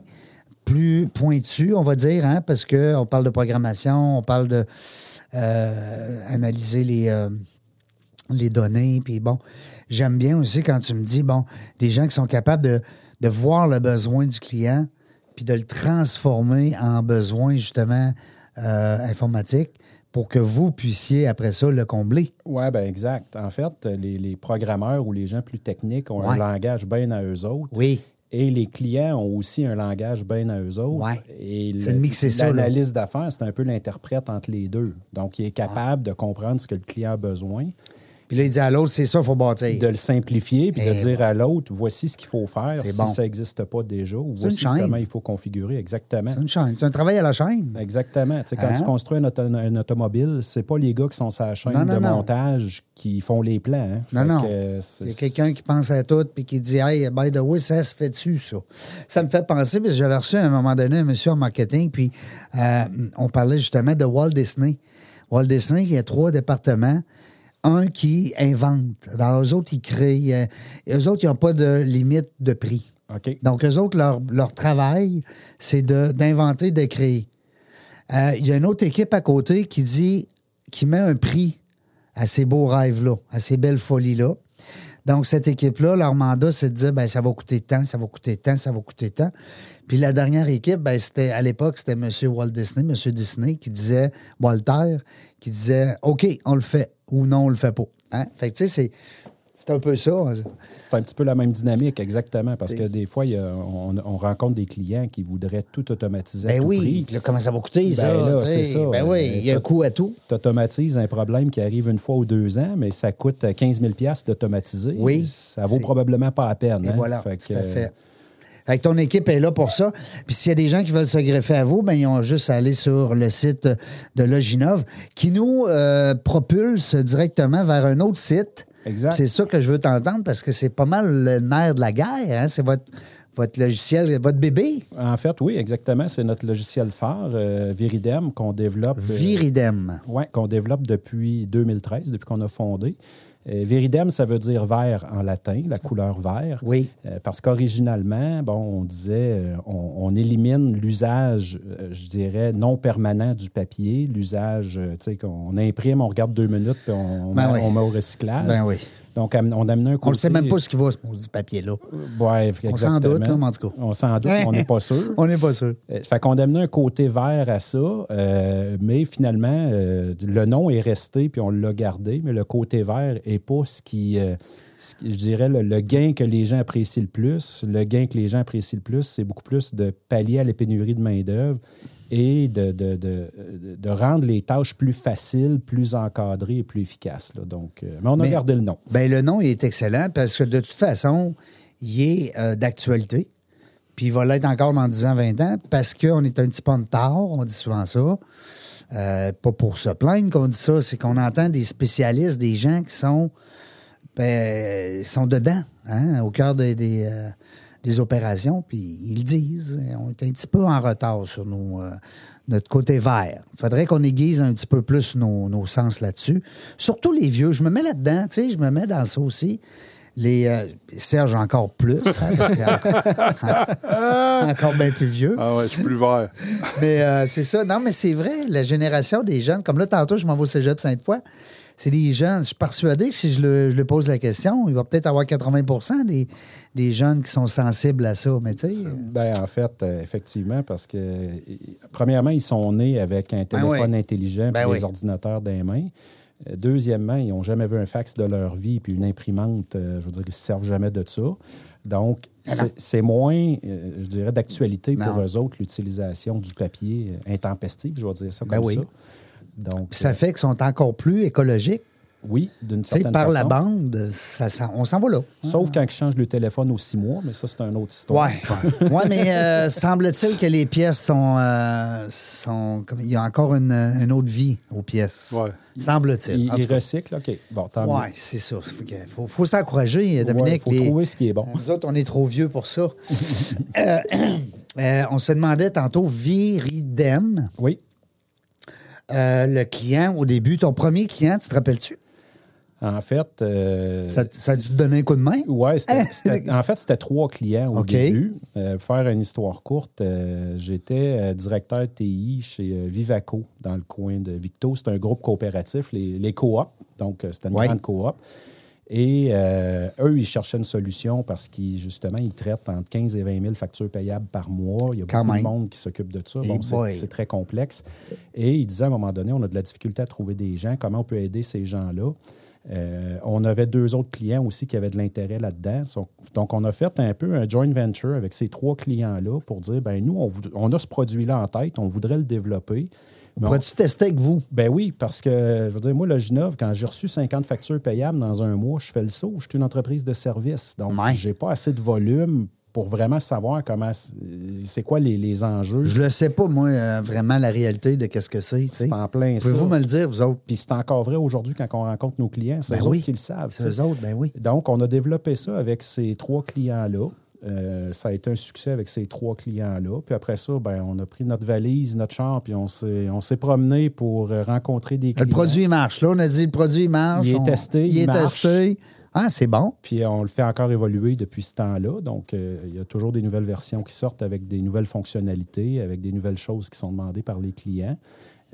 plus pointus, on va dire, hein, parce qu'on parle de programmation, on parle de euh, analyser les. euh, les données. Puis bon, j'aime bien aussi quand tu me dis, bon, des gens qui sont capables de, de voir le besoin du client puis de le transformer en besoin, justement, euh, informatique pour que vous puissiez, après ça, le combler.
Oui, ben exact. En fait, les, les programmeurs ou les gens plus techniques ont
Ouais.
un langage bien à eux autres.
Oui.
Et les clients ont aussi un langage bien à eux autres.
Ouais.
Et
C'est
le-
de mixer ça, là.
L'analyse d'affaires, c'est un peu l'interprète entre les deux. Donc, il est capable de comprendre ce que le client a besoin,
Puis là, il dit à l'autre, c'est ça, il faut bâtir.
de le simplifier, puis
Eh
de dire à l'autre, voici ce qu'il faut faire
C'est
si
bon.
ça n'existe pas déjà, ou
une
voici
chaîne.
comment il faut configurer exactement.
C'est une chaîne. C'est un travail à la chaîne.
Exactement. Tu sais, quand
Hein?
tu construis un, auto- un automobile, c'est pas les gars qui sont sur la chaîne
Non, non,
de
non.
montage qui font les plans. hein.
Non,
Fait
non.
que, euh, c'est-
Il y a quelqu'un qui pense à tout puis qui dit Hey, by the way, ça se fait dessus, ça. Ça me fait penser, parce que j'avais reçu à un moment donné un monsieur en marketing, puis euh, on parlait justement de Walt Disney. Walt Disney, il y a trois départements. Un qui invente. Alors, eux autres, ils créent. Euh, Eux autres, ils n'ont pas de limite de prix.
OK.
Donc, eux autres, leur, leur travail, c'est de- d'inventer, de, créer. Euh, Il y a une autre équipe à côté qui dit, qui met un prix à ces beaux rêves-là, à ces belles folies-là. Donc, cette équipe-là, leur mandat, c'est de dire, ben, ça va coûter tant, ça va coûter tant, ça va coûter tant. Puis la dernière équipe, ben, c'était, à l'époque, c'était M. Walt Disney, M. Disney, qui disait, Walter, qui disait, OK, on le fait, ou non, on le fait pas. Hein? Fait que, tu sais, c'est, C'est un peu ça.
C'est un petit peu la même dynamique, exactement, parce que des fois, il y a- on, on rencontre des clients qui voudraient tout automatiser. à
Ben
tout
oui,
prix.
puis là, comment ça va coûter,
Ben
ça?
là,
tu sais?
c'est ça.
Ben oui, il y a un coût à tout.
Tu automatises un problème qui arrive une fois ou deux ans, mais ça coûte 15 000 d'automatiser.
Oui.
Ça vaut
C'est-
probablement pas la peine.
Et
hein.
voilà,
Fait
tout
que,
à fait. Fait que ton équipe est là pour ça. Puis s'il y a des gens qui veulent se greffer à vous, ben, ils ont juste à aller sur le site de Loginov qui nous euh, propulse directement vers un autre site.
Exact.
C'est ça que je veux t'entendre parce que c'est pas mal le nerf de la guerre. hein. C'est votre, votre logiciel, votre bébé,
En fait, oui, exactement. C'est notre logiciel phare, euh, Viridem, qu'on développe. euh,
Viridem.
Ouais, qu'on développe depuis 2013, depuis qu'on a fondé. Euh, viridem, ça veut dire vert en latin, la couleur vert.
Oui.
Euh, parce qu'originalement, bon, on disait, euh, on, on élimine l'usage, euh, je dirais, non permanent du papier, l'usage, euh, tu sais, qu'on imprime, on regarde deux minutes, puis on,
Ben
on-
oui.
on met au recyclage.
Ben oui.
Donc, am- on amenait un côté...
On ne sait même pas ce qui va, ce maudit papier-là.
Ouais,
On s'en doute, là,
exactement.
mais en tout cas.
On s'en doute, mais on n'est pas sûr.
on n'est pas sûr.
Euh, Fait qu'on amenait un côté vert à ça, euh, mais finalement, euh, le nom est resté, puis on l'a gardé, mais le côté vert n'est pas ce qui, euh, ce qui- je dirais, le, le gain que les gens apprécient le plus. Le gain que les gens apprécient le plus, c'est beaucoup plus de pallier à la pénurie de main-d'œuvre et de, de, de, de rendre les tâches plus faciles, plus encadrées et plus efficaces. là. Donc, euh, mais on a
Mais-
gardé le nom.
Ben, le nom, il est excellent parce que de toute façon, il est euh, d'actualité. Puis il va l'être encore dans 10 ans, 20 ans parce qu'on est un petit peu en retard, on dit souvent ça. Euh, pas pour se plaindre qu'on dit ça, c'est qu'on entend des spécialistes, des gens qui sont, ben, ils sont dedans, hein, au cœur des, des, euh, des opérations, puis ils le disent. On est un petit peu en retard sur nos, euh, notre côté vert. Il faudrait qu'on aiguise un petit peu plus nos, nos sens là-dessus. Surtout les vieux. Je me mets là-dedans, tu sais, je me mets dans ça aussi. Les euh, Serge encore plus, hein, parce que- encore bien plus vieux.
Ah ouais, je suis plus vert.
Mais euh, c'est ça. Non, mais c'est vrai, la génération des jeunes, comme là, tantôt, je m'en vais au cégep Sainte-Foy, c'est des jeunes. Je suis persuadé que si je le, je le pose la question, il va peut-être avoir 80 des, des jeunes qui sont sensibles à ça. Mais tu sais, euh,
Ben, en fait, euh, effectivement, parce que, euh, premièrement, ils sont nés avec un
Ben
téléphone
oui.
intelligent et
Ben
des
oui.
ordinateurs dans les mains. Euh, Deuxièmement, ils n'ont jamais vu un fax de leur vie, puis une imprimante, euh, je veux dire, ils ne se servent jamais de ça. Donc, c'est- c'est moins, euh, je dirais, d'actualité pour
Ah Non.
eux autres, l'utilisation du papier euh, intempestif, je vais dire ça
Ben
comme
oui.
ça. Donc,
ça
euh,
fait qu'ils sont encore plus écologiques.
oui, d'une
Tu sais,
certaine
par la
façon.
bande, ça, s'en- on s'en va là.
Sauf quand ils changent le téléphone aux six mois, mais ça, c'est une autre histoire.
Ouais. ouais, mais euh, semble-t-il que les pièces sont. euh, sont comme, il y a encore une, une autre vie aux pièces.
Ouais.
Semble-t-il.
Ils,
En tout
ils
cas.
recyclent, OK. Bon, tant mieux.
Oui, c'est ça. Faut que- faut, faut s'encourager,
Ouais,
Dominique.
faut
les-
trouver ce qui est bon.
Nous autres, on est trop vieux pour ça. Euh, euh, on se demandait tantôt, Viridem,
Oui.
euh, le client au début, ton premier client, tu te rappelles-tu?
Euh, En fait, euh,
Ça, ça a dû te donner un coup de main?
ouais, c'était- c'était- en fait, c'était trois clients au
OK.
début. Euh, pour faire une histoire courte, euh, j'étais euh, directeur TI chez euh, Vivaco, dans le coin de Victo. C'est un groupe coopératif, les, les coops. Donc, euh, c'était une
Ouais.
grande coop. Et euh, eux, ils cherchaient une solution parce qu'ils, justement, ils traitent entre 15 et 20 000 factures payables par mois. Il y a
Quand
beaucoup
même.
de monde qui s'occupe de ça.
Hey
Bon, c'est-
boy.
c'est très complexe. Et il disait à un moment donné, on a de la difficulté à trouver des gens. Comment on peut aider ces gens-là? Euh, on avait deux autres clients aussi qui avaient de l'intérêt là-dedans. So- Donc, on a fait un peu un joint venture avec ces trois clients-là pour dire, ben nous, on, vou- on a ce produit-là en tête, on voudrait le développer. Mais on-
Pourrais-tu tester avec vous?
ben oui, parce que, je veux dire, moi, le Ginov, quand j'ai reçu 50 factures payables dans un mois, je fais le saut. Je suis une entreprise de service. Donc,
Ouais.
j'ai pas assez de volume pour vraiment savoir comment, c- c'est quoi les, les enjeux.
Je le sais pas, moi, euh, vraiment, la réalité de qu'est-ce que c'est. tu sais.
C'est en plein ça.
Pouvez-vous me le dire, vous autres?
Puis c'est encore vrai aujourd'hui quand on rencontre nos clients. C'est
Ben
eux
oui.
autres qui le savent.
C'est
tu sais.
eux autres, ben oui.
Donc, on a développé ça avec ces trois clients-là. Euh, ça a été un succès avec ces trois clients-là. Puis après ça, ben, on a pris notre valise, notre char, puis on s'est, on s'est promené pour euh, rencontrer des clients.
Le produit marche. Là, on a dit le produit marche.
Il est
on-
testé,
Il
il
est
marche.
testé. Ah, c'est bon.
Puis euh, on le fait encore évoluer depuis ce temps-là. Donc, euh, il y a toujours des nouvelles versions qui sortent avec des nouvelles fonctionnalités, avec des nouvelles choses qui sont demandées par les clients.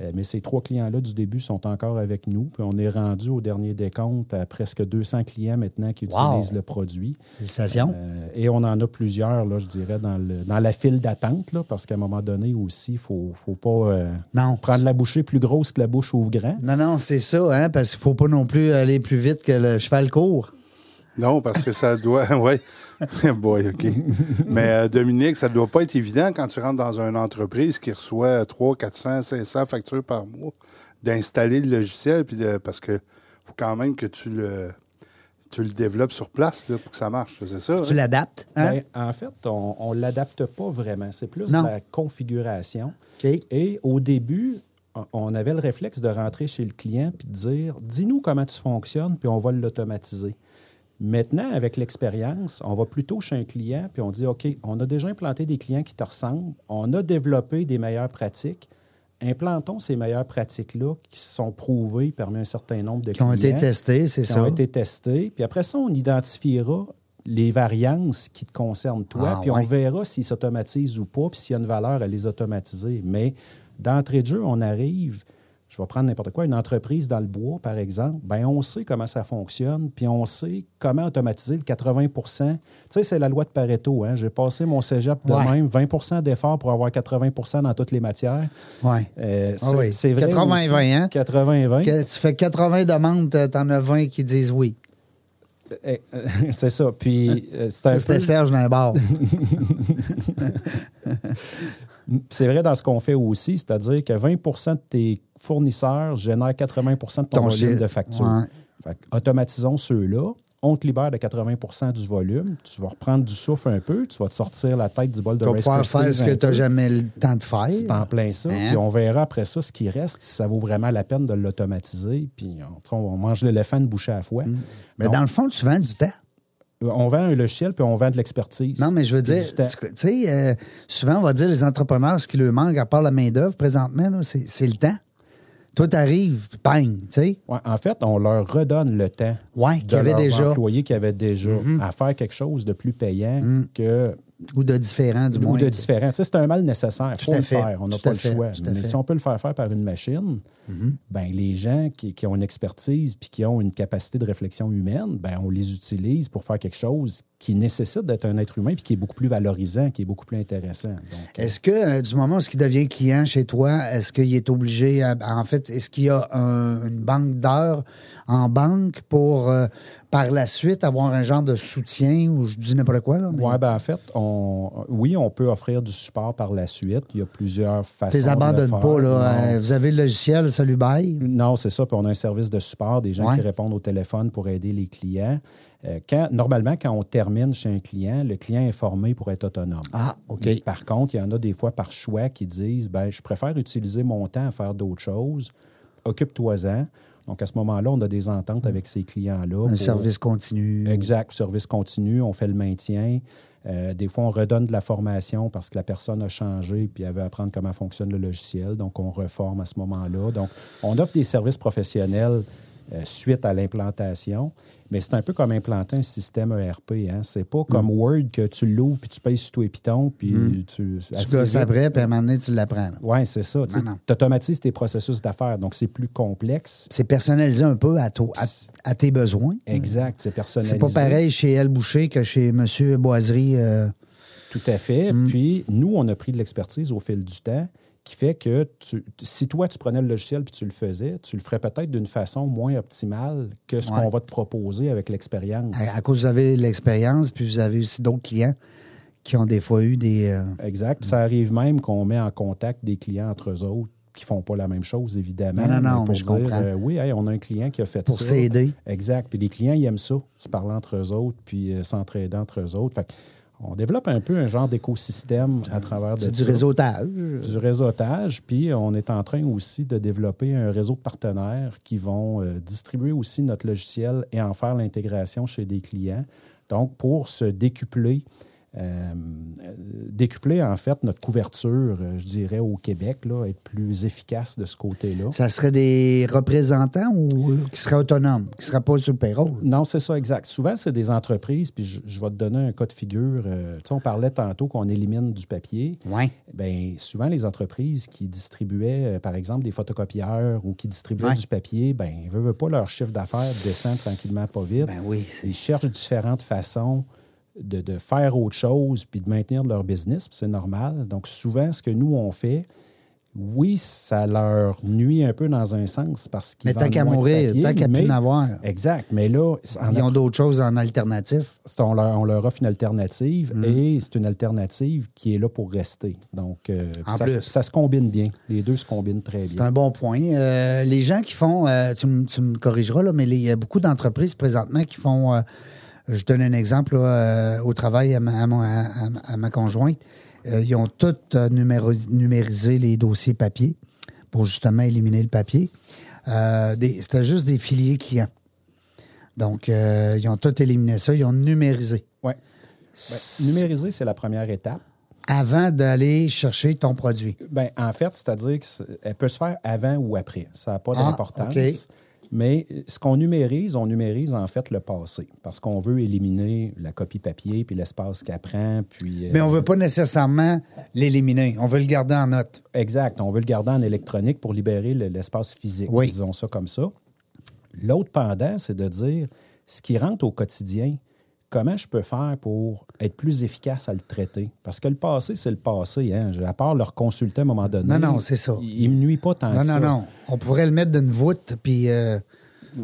Euh, mais ces trois clients-là du début sont encore avec nous. Puis on est rendu au dernier décompte à presque 200 clients maintenant qui
Wow!
utilisent le produit.
Félicitations.
Euh, et on en a plusieurs, là, je dirais, dans, le- dans la file d'attente, là, parce qu'à un moment donné aussi, il ne faut pas euh,
Non.
prendre la bouchée plus grosse que la bouche ouvre grand.
Non, non, c'est ça, hein, parce qu'il faut pas non plus aller plus vite que le cheval court.
Non, parce que ça doit. ouais. Boy, OK. Mais euh, Dominique, ça doit pas être évident quand tu rentres dans une entreprise qui reçoit 300, 400, 500 factures par mois d'installer le logiciel, puis de- parce que faut quand même que tu le, tu le développes sur place là, pour que ça marche. C'est ça?
Tu
hein?
l'adaptes. Hein?
Ben, en fait, on ne l'adapte pas vraiment. C'est plus
Non.
la configuration.
OK.
Et au début, on- on avait le réflexe de rentrer chez le client puis de dire Dis-nous comment tu fonctionnes, puis on va l'automatiser. Maintenant, avec l'expérience, on va plutôt chez un client puis on dit OK, on a déjà implanté des clients qui te ressemblent, on a développé des meilleures pratiques. Implantons ces meilleures pratiques-là qui se sont prouvées parmi un certain nombre de
Qui ont été testées, c'est
qui
ça.
ont été testés. Puis après ça, on identifiera les variances qui te concernent toi,
Ah,
puis
ouais.
on verra s'ils s'automatisent ou pas, puis s'il y a une valeur à les automatiser. Mais d'entrée de jeu, on arrive, je vais prendre n'importe quoi, une entreprise dans le bois, par exemple, ben on sait comment ça fonctionne, puis on sait comment automatiser le 80 Tu sais, c'est la loi de Pareto. Hein? J'ai passé mon cégep de
Ouais.
même, 20 d'efforts pour avoir 80 dans toutes les matières.
Ouais.
Euh, c'est
Ah oui.
c'est vrai
80-20, hein?
80-20.
Que tu fais 80 demandes, t'as- t'en as 20 qui disent oui.
Euh, euh, c'est ça. Puis euh, c'est un
Ça, C'était
peu-
Serge dans un bar.
c'est vrai dans ce qu'on fait aussi, c'est-à-dire que 20 de tes fournisseurs génèrent 80 de ton,
Ton
volume
chiffre,
de facture.
ouais.
Fait que automatisons ceux-là. On te libère de 80 du volume. Tu vas reprendre du souffle un peu. Tu vas te sortir la tête du bol de
Tu vas
Rice
pouvoir
Krispies
faire ce
un
que tu n'as
peu.
jamais le temps de
C'est
faire.
en plein ça.
Hein?
Puis on verra après ça ce qui reste, si ça vaut vraiment la peine de l'automatiser. Puis on, tu sais, on mange l'éléphant de bouchée à la
Mm.
fois.
Mais dans le fond, tu vends du temps.
On vend un logiciel, puis on vend de l'expertise.
Non, mais je veux
Puis
dire,
du temps.
tu tu sais, euh, souvent, on va dire les entrepreneurs, ce qui leur manque, à part la main-d'œuvre présentement, là, c'est c'est le temps. Toi, t'arrives, bang, tu sais.
Ouais, en fait, on leur redonne le temps
Ouais, qu'il y
de
avait
leurs
déjà. Mm-hmm.
employés qui avaient déjà à faire quelque chose de plus payant que
Ou Mm. de différent, du
ou
moins.
de différent. Tu sais, c'est un mal nécessaire. Il
à
faut le
fait,
faire. On n'a
tout à
pas le
fait,
choix.
tout à
Mais
fait. Mm-hmm.
si on peut le faire faire par une machine, ben, les gens qui, qui ont une expertise puis qui ont une capacité de réflexion humaine, ben, on les utilise pour faire quelque chose qui nécessite d'être un être humain puis qui est beaucoup plus valorisant, qui est beaucoup plus intéressant. Donc,
Est-ce que euh, du moment où il devient client chez toi, est-ce qu'il est obligé, à- en fait, est-ce qu'il y a un- une banque d'heures en banque pour, euh, par la suite, avoir un genre de soutien ou je dis n'importe quoi, là? mais-
Ouais, ben en fait, on, oui, on peut offrir du support par la suite. Il y a plusieurs façons.
Tu les abandonnes
de le faire.
pas, là.
Non.
Euh, Vous avez le logiciel, ça lui baille.
Non, c'est ça. Puis on a un service de support, des gens
Ouais.
qui répondent au téléphone pour aider les clients. Euh, quand, normalement, quand on termine chez un client, le client est formé pour être autonome.
Ah, OK.
Mais Par contre, il y en a des fois par choix qui disent ben, je préfère utiliser mon temps à faire d'autres choses, occupe-toi-en. Donc, à ce moment-là, on a des ententes avec ces clients-là.
Un
pour-
service continu.
Exact, service continu, on fait le maintien. Euh, des fois, on redonne de la formation parce que la personne a changé puis elle veut apprendre comment fonctionne le logiciel. Donc, on reforme à ce moment-là. Donc, on offre des services professionnels euh, suite à l'implantation. Mais c'est un peu comme implanter un système ERP. Hein? C'est pas comme
Mm.
Word que tu l'ouvres puis tu payes sur tout et piton puis tu.
Tu
assez
gosses
vite,
après, puis à un moment donné, tu l'apprends. là.
oui, c'est ça. Tu
non.
automatises tes processus d'affaires. Donc, c'est plus complexe.
C'est personnalisé un peu à, to- à- à tes besoins.
Exact, c'est personnalisé.
C'est pas pareil chez Elle Boucher que chez M. Boiserie. euh,
Tout à fait.
Mm.
Puis nous, on a pris de l'expertise au fil du temps qui fait que tu- si toi, tu prenais le logiciel puis tu le faisais, tu le ferais peut-être d'une façon moins optimale que ce
Ouais.
qu'on va te proposer avec l'expérience.
Ben, à, à cause que vous avez l'expérience, puis vous avez aussi d'autres clients qui ont des fois eu des. euh,
Exact. Ça arrive même qu'on met en contact des clients entre eux autres qui font pas la même chose, évidemment.
Non, non, non,
mais
mais
pour
je
dire,
comprends.
euh, oui, hey, on a un client qui a fait
Pour
ça.
s'aider.
Exact. Puis les clients, ils aiment ça, se parler entre eux autres, puis euh, s'entraider entre eux autres. Fait que on développe un peu un genre d'écosystème à travers de
c'est du
ça.
réseautage.
du réseautage, puis on est en train aussi de développer un réseau de partenaires qui vont euh, distribuer aussi notre logiciel et en faire l'intégration chez des clients. Donc, pour se décupler, euh, euh, décupler en fait notre couverture, euh, je dirais, au Québec, là, être plus efficace de ce côté-là.
Ça serait des représentants ou euh, qui seraient autonomes, qui ne seraient pas sur le payroll.
Non, c'est ça, exact. Souvent, c'est des entreprises, puis je, je vais te donner un cas de figure. Euh, tu sais, on parlait tantôt qu'on élimine du papier.
Ouais.
Bien, Ben, souvent, les entreprises qui distribuaient, euh, par exemple, des photocopieurs ou qui distribuaient
Ouais.
du papier, ben, ils veulent pas leur chiffre d'affaires descend tranquillement pas vite.
Ben oui, c'est-
Ils cherchent différentes façons de, de faire autre chose puis de maintenir leur business, puis c'est normal. Donc, souvent, ce que nous, on fait, oui, ça leur nuit un peu dans un sens parce qu'ils
Mais tant
vendent
qu'à
moins de
mourir,
papier,
tant qu'à plus
mais-
en avoir.
Exact. Mais là, en
Ils ont d'autres choses en alternatif.
c'est- on leur, on leur offre une alternative
Mm.
et c'est une alternative qui est là pour rester. Donc, euh,
En
ça,
plus.
se- ça se combine bien. Les deux se combinent très
C'est
bien.
un bon point. Euh, les gens qui font, euh, tu, me- tu me corrigeras, là, mais les- il y a beaucoup d'entreprises présentement qui font, euh, je donne un exemple là, euh, au travail à ma, à mon- à- à- à ma conjointe, Euh, ils ont toutes euh, numéro- numérisé les dossiers papier pour justement éliminer le papier. Euh, des- C'était juste des filiers clients. Donc, euh, ils ont tout éliminé ça, ils ont numérisé
Ouais. Ben, numériser, c'est la première étape.
avant d'aller chercher ton produit.
Ben, en fait, c'est-à-dire qu'elle peut se faire avant ou après. Ça n'a pas
Ah,
d'importance.
OK.
Mais euh, ce qu'on numérise, on numérise en fait le passé. Parce qu'on veut éliminer la copie papier, puis l'espace qu'elle prend, puis... euh,
Mais on ne veut pas nécessairement l'éliminer, on veut le garder en note.
Exact. On veut le garder en électronique pour libérer le- l'espace physique.
Oui.
Disons ça comme ça. L'autre pendant, c'est de dire ce qui rentre au quotidien, comment je peux faire pour être plus efficace à le traiter? Parce que le passé, c'est le passé. Hein? Je- À part leur consulter à un moment donné.
Non, non, c'est ça.
Il il me nuit pas tant
Non,
que
non,
ça.
non. On pourrait le mettre d'une voûte, puis euh,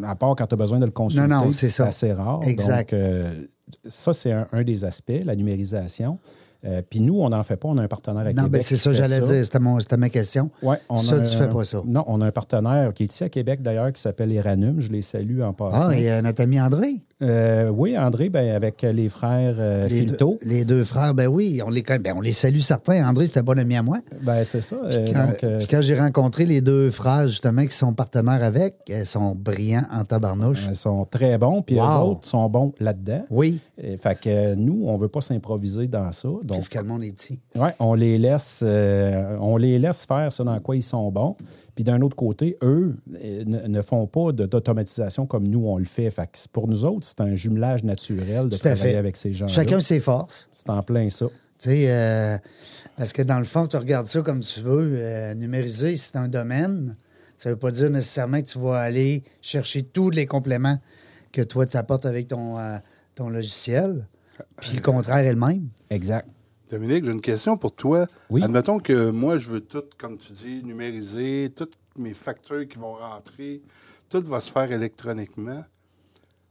À part quand tu as besoin de le consulter,
Non, non, c'est
c'est
ça.
assez rare.
Exact.
Donc, euh, ça, c'est un, un des aspects, la numérisation. Euh, Puis nous, on n'en fait pas. On a un partenaire avec
non, ben,
Québec
c'est
qui
ça,
fait
j'allais dire. C'était, mon- c'était ma question.
Ouais, on
ça,
a
tu
un-
fais pas ça.
Non, on a un partenaire qui est ici à Québec d'ailleurs qui s'appelle Eranum. Je les salue en passant.
Ah, et euh, notre ami André.
Euh, oui, André, ben, avec les frères euh,
Les deux,
Filto.
les deux frères, ben oui, on les, connaît- ben, on les salue certains. André, c'était un bon ami à moi.
Ben, c'est ça. euh,
Quand,
donc, euh,
puis quand j'ai rencontré les deux frères, justement, qui sont partenaires avec, elles sont brillants en tabarnouche.
ils sont très bons, puis
Wow.
les autres sont bons là-dedans.
Oui.
Et fait que euh, nous, on veut pas s'improviser dans ça. Donc,
Sauf que le monde est petit.
Ouais, on les laisse, euh, on les laisse faire ce dans quoi ils sont bons. Puis d'un autre côté, eux euh, ne, ne font pas de- d'automatisation comme nous on le fait. Fait que pour nous autres, c'est un jumelage naturel de
Tout à
travailler
fait.
avec ces gens.
Chacun ses forces.
C'est en plein ça.
Tu sais, euh, parce que dans le fond, tu regardes ça comme tu veux. euh, numériser, c'est un domaine. Ça veut pas dire nécessairement que tu vas aller chercher tous les compléments que toi, tu apportes avec ton, euh, ton logiciel. Puis le contraire est le même.
Exact.
Dominique, j'ai une question pour toi.
Oui.
Admettons que moi, je veux tout, comme tu dis, numériser, toutes mes factures qui vont rentrer, tout va se faire électroniquement.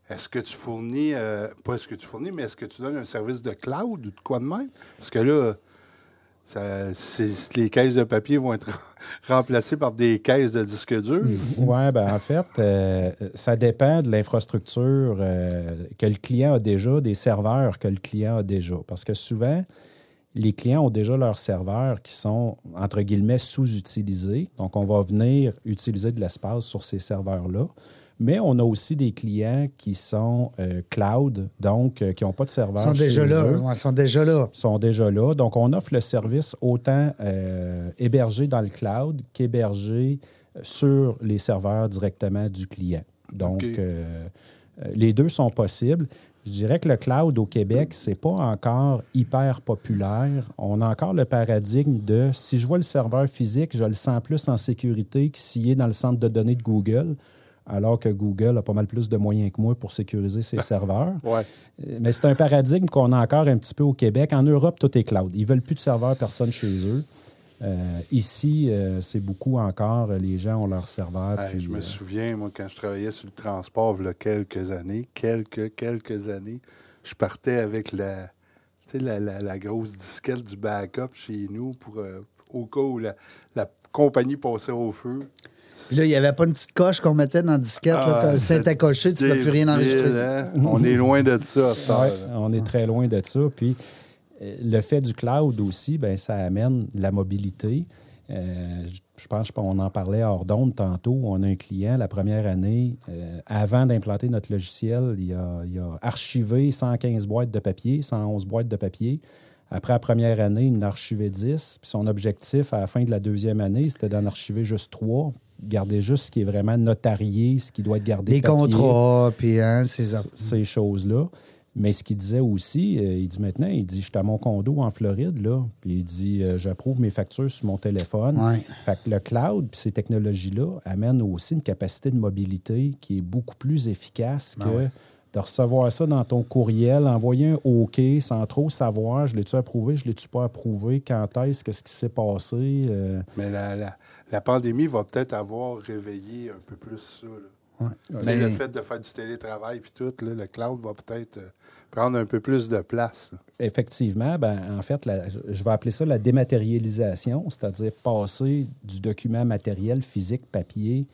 Est-ce que tu fournis, euh, pas est-ce que tu fournis, mais est-ce que tu donnes un service de cloud ou de quoi de même? Parce que là, ça- c'est- les caisses de papier vont être remplacées par des caisses de disques durs.
Oui, ben en fait, euh, ça dépend de l'infrastructure euh, que le client a déjà, des serveurs que le client a déjà. Parce que souvent, les clients ont déjà leurs serveurs qui sont, entre guillemets, sous-utilisés. Donc, on va venir utiliser de l'espace sur ces serveurs-là. Mais on a aussi des clients qui sont euh, cloud, donc euh, qui n'ont pas de serveur.
Ils sont
chez
déjà là.
eux
Ils sont déjà là.
sont déjà là. Donc, on offre le service autant euh, hébergé dans le cloud qu'hébergé euh, sur les serveurs directement du client. Donc,
OK.
euh, euh, les deux sont possibles. Je dirais que le cloud au Québec, c'est pas encore hyper populaire. On a encore le paradigme de si je vois le serveur physique, je le sens plus en sécurité que s'il est dans le centre de données de Google, alors que Google a pas mal plus de moyens que moi pour sécuriser ses serveurs.
Ben, Ouais.
Euh, Mais c'est un paradigme qu'on a encore un petit peu au Québec. En Europe, tout est cloud. Ils veulent plus de serveurs, personne chez eux. Euh, ici, euh, c'est beaucoup encore. euh, Les gens ont leurs serveurs.
Hey,
puis,
je
euh,
me souviens, moi, quand je travaillais sur le transport, il y a quelques années, quelques, quelques années, je partais avec la, tu sais, la, la- la grosse disquette du backup chez nous pour, euh, au cas où la, la compagnie passait au feu.
Puis là, il n'y avait pas une petite coche qu'on mettait dans le disquette. là, quand
Ah,
c'est accroché, tu ne peux plus rien enregistrer.
débile, hein? On est loin de ça. à cette
Ouais,
heure-là.
on est très loin de ça. Puis euh, le fait du cloud aussi, ben, ça amène la mobilité. Euh, je- je pense qu'on en parlait hors d'onde tantôt. On a un client, la première année, euh, avant d'implanter notre logiciel, il a, il a archivé 115 boîtes de papier, 111 boîtes de papier. Après la première année, il en a archivé 10. Puis son objectif à la fin de la deuxième année, c'était d'en archiver juste 3. Garder juste ce qui est vraiment notarié, ce qui doit être gardé.
Les
papier
contrats, puis hein, ces
ces- ces choses-là. Mais ce qu'il disait aussi, euh, il dit maintenant, il dit, je suis à mon condo en Floride, là. Puis il dit, euh, j'approuve mes factures sur mon téléphone.
Ouais.
Fait que le cloud, puis ces
Ben
technologies-là, amènent aussi une capacité de mobilité qui est beaucoup plus efficace que de recevoir ça dans ton courriel, envoyer un OK sans trop savoir, je l'ai-tu approuvé, je l'ai-tu pas approuvé, quand est-ce, qu'est-ce qui s'est passé. euh,
Mais la, la- la pandémie va peut-être avoir réveillé un peu plus ça. là. Tu sais,
Mais-
Le fait de faire du télétravail puis tout, là, le cloud va peut-être euh, prendre un peu plus de place. là.
effectivement, ben, en fait, la- je- je vais appeler ça la dématérialisation, c'est-à-dire passer du document matériel, physique, papier,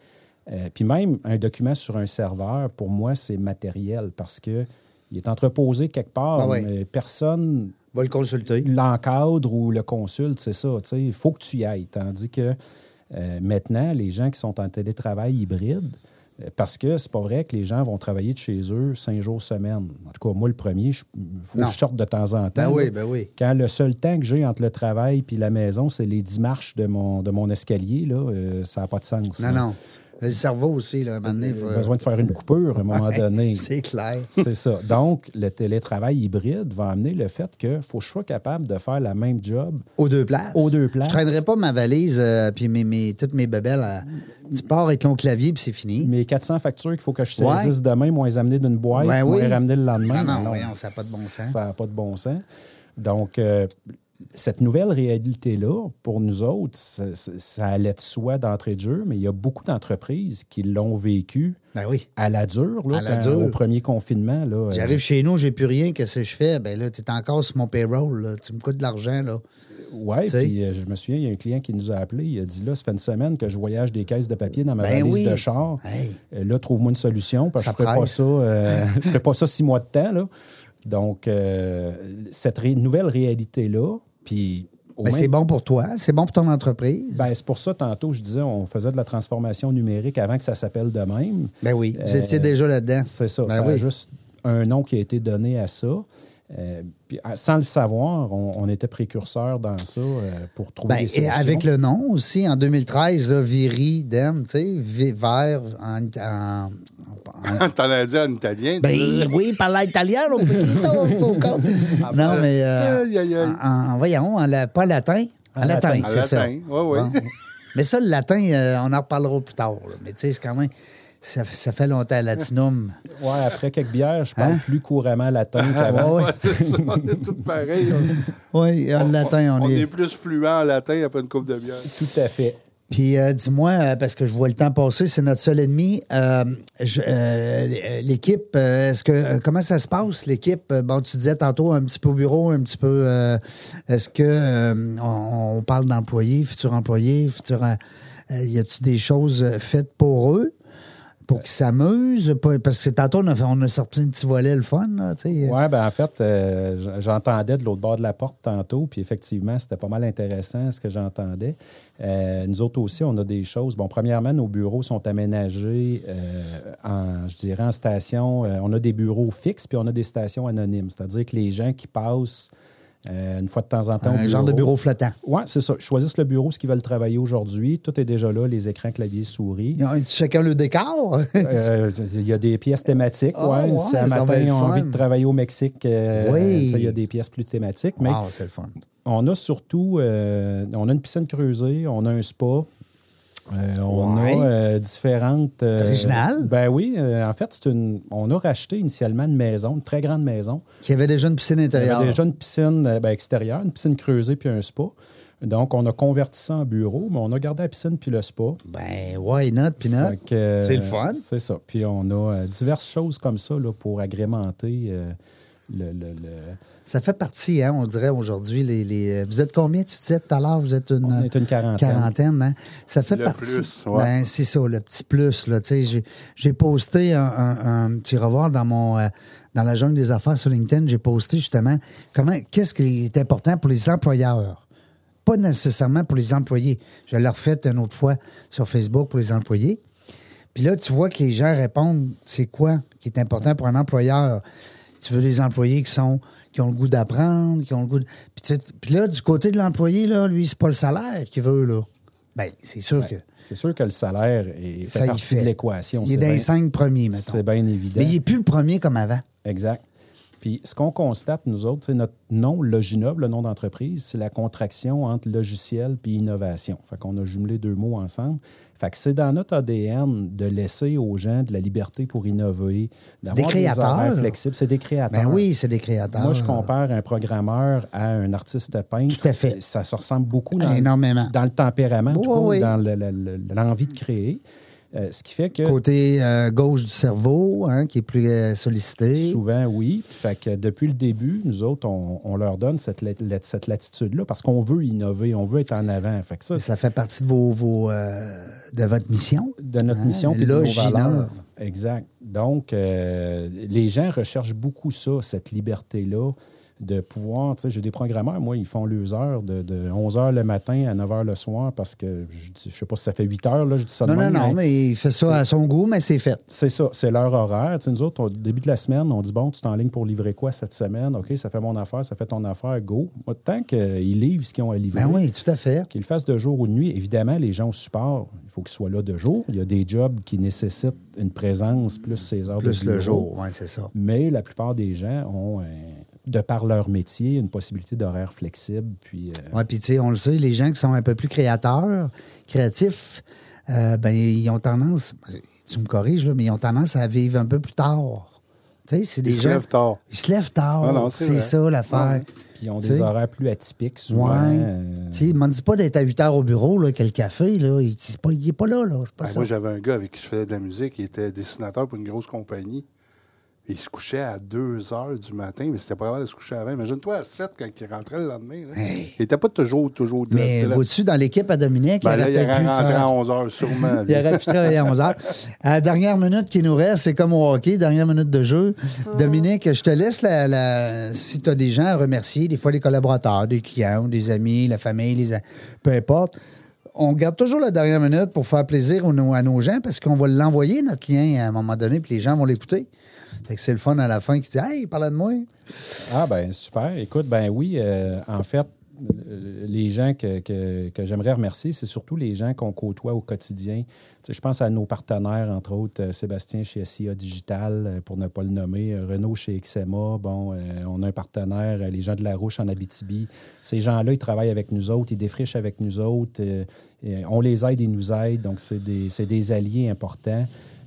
euh, puis même un document sur un serveur, pour moi, c'est matériel parce que il est entreposé quelque part,
Ah oui.
mais personne
Va le consulter.
l'encadre ou le consulte, c'est ça. tu sais, Il faut que tu y ailles. Tandis que euh, maintenant, les gens qui sont en télétravail hybride, euh, parce que c'est pas vrai que les gens vont travailler de chez eux cinq jours semaine. En tout cas, moi, le premier, je, faut que
Non.
je sorte de temps en temps.
Ben oui,
là.
ben oui.
Quand le seul temps que j'ai entre le travail puis la maison, c'est les dix marches de mon, de mon escalier, là, euh, ça n'a pas de sens.
Non,
hein.
non. Le cerveau aussi, là, à un moment donné, il faut-
J'ai besoin de faire une coupure à un moment donné.
C'est clair.
C'est ça. Donc, le télétravail hybride va amener le fait que faut que je sois capable de faire la même job
Aux deux places.
Aux deux places.
Je traînerai pas ma valise euh, puis mes, mes- toutes mes bébelles. à- Tu pars avec ton clavier puis c'est fini.
mes 400 factures qu'il faut que je
Ouais.
saisisse demain, moi les amener d'une boîte,
Ben
moi
oui.
les ramener le lendemain.
Non, non, voyons, ça n'a pas de bon sens.
Ça n'a pas de bon sens. Donc, euh, cette nouvelle réalité-là, pour nous autres, ça, ça- ça allait de soi d'entrée de jeu, mais il y a beaucoup d'entreprises qui l'ont vécu
Ben oui.
à la dure, là,
À la
quand-
dure.
au premier confinement. Là, euh,
J'arrive chez nous, j'ai plus rien, qu'est-ce que je fais? Ben là, t'es encore sur mon payroll, là. tu me coûtes de l'argent, là.
Ouais,
T'sais.
puis euh, je me souviens, il y a un client qui nous a appelé. Il a dit là, ça fait une semaine que je voyage des caisses de papier dans ma
Ben
valise
oui.
de char.
Hey.
Euh, là, trouve-moi une solution parce que
Ça
je fais pas
presse.
ça. euh, je fais pas ça six mois de temps là. Donc euh, cette ré- nouvelle réalité là, puis au
Ben,
même-
c'est bon pour toi, c'est bon pour ton entreprise.
ben, c'est pour ça tantôt je disais on faisait de la transformation numérique avant que ça s'appelle de même.
Ben oui, vous étiez
Euh,
déjà là-dedans.
C'est ça.
Ben
ça a
oui.
juste un nom qui a été donné à ça. Euh, puis, à- sans le savoir, on, on était précurseur dans ça euh, pour trouver
Ben,
des
et
solutions.
avec le nom aussi, en 2013, là, Viri, Dem, tu sais, vi- vert, en, en- en-
T'en as dit en italien.
Ben
tu-
oui, par l'italien, au poquito, poco. Non, mais. euh,
Aïe, aïe, aïe.
En, en- voyons, en la- pas latin. En
En
latin,
latin.
En
ah, c'est ça.
latin, ouais, ouais.
Mais ça, le latin, euh, on en reparlera plus tard. là. Mais tu sais, c'est quand même. Ça, ça fait longtemps, latinum.
Ouais, après quelques bières, je
Hein?
parle plus couramment latin qu'avant.
oui,
Ouais, c'est ça, on est tous pareils.
oui, en latin, Oh, on,
on
est.
est plus fluent en latin après une coupe de bière.
Tout à fait.
Puis euh, dis-moi, euh, parce que je vois le temps passer, c'est notre seul ennemi. euh, je- euh, l'équipe, euh, est-ce que euh, comment ça se passe, l'équipe? Euh, Bon, tu disais tantôt un petit peu au bureau, un petit peu euh, est-ce que euh, on, on parle d'employés, futurs employés, futurs euh, euh, y a-tu des choses euh, faites pour eux? Pour qu'ils s'amusent, pas- parce que tantôt, on a, fait- on a sorti un petit volet le fun. Là, tu sais.
Ouais, ben en fait, euh, j- j'entendais de l'autre bord de la porte tantôt, puis effectivement, c'était pas mal intéressant ce que j'entendais. Euh, nous autres aussi, on a des choses. Bon, premièrement, nos bureaux sont aménagés euh, en, je dirais, en station. euh, on a des bureaux fixes, puis on a des stations anonymes. C'est-à-dire que les gens qui passent euh, une fois de temps en temps au
un genre de bureau flottant.
Oui, c'est ça. Ils choisissent le bureau, ce qu'ils veulent travailler aujourd'hui. Tout est déjà là, les écrans, clavier, souris.
Ils ont chacun le décor.
Euh, Il y a des pièces thématiques.
Ah,
ouais.
ouais,
Si
ça
un
va
matin,
être
on a
fun.
envie de travailler au Mexique, euh,
Oui.
ça, il y a des pièces plus thématiques. Mais
Wow, c'est le fun.
on a surtout, euh, on a une piscine creusée, on a un spa. euh, on
Ouais.
a euh, différentes. euh,
Original.
Ben oui, euh, en fait, c'est une. On a racheté initialement une maison, une très grande maison.
Qui avait déjà une piscine
Il y
intérieure.
avait déjà une piscine euh, ben, extérieure, une piscine creusée puis un spa. Donc, on a converti ça en bureau, mais on a gardé la piscine puis le spa.
Ben, why not, Pinot?
Fait que, euh,
c'est le fun.
C'est ça. Puis on a euh, diverses choses comme ça là, pour agrémenter euh, le, le- le-
Ça fait partie, hein, on dirait aujourd'hui. Les, les- euh, Vous êtes combien, tu disais tout à l'heure? Vous êtes une,
On est une quarantaine.
quarantaine, hein? Ça fait
Le
partie.
plus, ouais.
Ben, c'est ça, le petit plus. Là, tu sais, j'ai, j'ai posté un, un- un petit revoir dans mon euh, dans la jungle des affaires sur LinkedIn. J'ai posté justement comment qu'est-ce qui est important pour les employeurs. Pas nécessairement pour les employés. Je l'ai refait une autre fois sur Facebook pour les employés. Puis là, tu vois que les gens répondent c'est quoi qui est important pour un employeur. Tu veux des employés qui sont qui ont le goût d'apprendre, qui ont le goût de... Puis, tu sais, puis là, du côté de l'employé, là, lui, c'est pas le salaire qu'il veut, là. Bien, c'est sûr que
C'est sûr que le salaire est, fait
ça y
partie
fait.
de l'équation.
Il est
C'est
dans les
bien-
cinq premiers, mettons.
C'est bien évident.
Mais il n'est plus le premier comme avant.
Exact. Puis ce qu'on constate, nous autres, c'est notre nom, Loginov, le nom d'entreprise, c'est la contraction entre logiciel puis innovation. Fait qu'on a jumelé deux mots ensemble. Fait que c'est dans notre ADN de laisser aux gens de la liberté pour innover, d'avoir
des créateurs.
horaires flexibles. C'est des créateurs.
Ben oui, c'est des créateurs.
Ah Moi, je compare un programmeur à un artiste peintre.
Ah. Tout à fait.
Ça se ressemble beaucoup dans,
Énormément.
dans le tempérament, en tout
Oui, oui.
cas, dans le- le- le- l'envie de créer. Euh, ce qui fait que
Côté euh, gauche du cerveau, hein, qui est plus euh, sollicité.
Souvent, oui. Fait que depuis le début, nous autres, on, on leur donne cette, la- la- cette latitude-là parce qu'on veut innover, on veut être en avant. Fait que ça,
Ça fait partie de, vos, vos, euh, de votre mission.
de notre
Hein,
mission puis de nos
Logineur.
valeurs. Exact. Donc, euh, les gens recherchent beaucoup ça, cette liberté-là de pouvoir, tu sais, j'ai des programmeurs, moi, ils font leurs heures de, 11h le matin à 9h le soir parce que, je, dis- je sais pas si ça fait 8 heures, là, je dis ça de
Non, non,
même, hein.
non, mais il fait ça à son goût, mais c'est fait.
C'est ça, c'est l'heure horaire. Tu sais, nous autres, au début de la semaine, on dit bon, tu t'en ligne pour livrer quoi cette semaine? OK, ça fait mon affaire, ça fait ton affaire, go. Moi, Tant qu'ils livrent ce qu'ils ont à livrer,
Ben oui, tout à fait.
qu'ils le fassent de jour ou de nuit, évidemment, les gens au support, il faut qu'ils soient là de jour. Il y a des jobs qui nécessitent une présence plus ces heures de
Plus le
bureau.
jour, oui, Oh, c'est ça.
Mais la plupart des gens ont, euh, de par leur métier, une possibilité d'horaire flexible. Puis, euh,
Ouais, puis tu sais, on le sait, les gens qui sont un peu plus créateurs, créatifs, euh, ben ils ont tendance, tu me corriges là, mais ils ont tendance à vivre un peu plus tard. Tu sais, c'est des
Ils se
gens-
lèvent tard. Ah
Ils se lèvent tard.
Non, non, c'est
c'est
vrai.
ça l'affaire.
Ouais.
puis ils ont
Tu
des
sais.
horaires plus atypiques,
Ouais.
souvent. euh,
Tu sais, ne dit pas d'être à 8 heures au bureau, là, que le café, là, il n'est pas, il est pas là, là. C'est pas
Ben,
ça.
moi, j'avais un gars avec qui je faisais de la musique. Il était dessinateur pour une grosse compagnie. Il se couchait à 2 heures du matin, mais c'était pas grave de se coucher avant. Imagine-toi à 7 quand il rentrait le lendemain. là.
Hey.
Il était pas toujours, toujours de-
mais
de la-
vois-tu, dans l'équipe à Dominique,
Ben
il
là,
aurait
il
peut-être
aurait
pu
rentré
faire-
à 11 heures sûrement. lui.
Il aurait pu travailler à 11 heures. À la dernière minute qui nous reste, c'est comme au hockey, dernière minute de jeu. Dominique, je te laisse la, la- si tu as des gens à remercier, des fois les collaborateurs, des clients, des amis, la famille, les, a- peu importe. On garde toujours la dernière minute pour faire plaisir aux- à nos, gens parce qu'on va l'envoyer, notre lien, à un moment donné, puis les gens vont l'écouter. Fait que c'est le fun à la fin qui dit Hey, parle de moi.
Ah ben super. Écoute, ben oui, euh, en fait, euh, les gens que, que- que j'aimerais remercier, c'est surtout les gens qu'on côtoie au quotidien. Tu sais, je pense à nos partenaires, entre autres, euh, Sébastien chez SIA Digital, euh, pour ne pas le nommer, euh, Renaud chez XMA. Bon, euh, on a un partenaire, euh, les gens de la Roche en Abitibi. Ces gens-là, ils travaillent avec nous autres, ils défrichent avec nous autres. euh, et on les aide et nous aident. Donc, c'est des, c'est des alliés importants.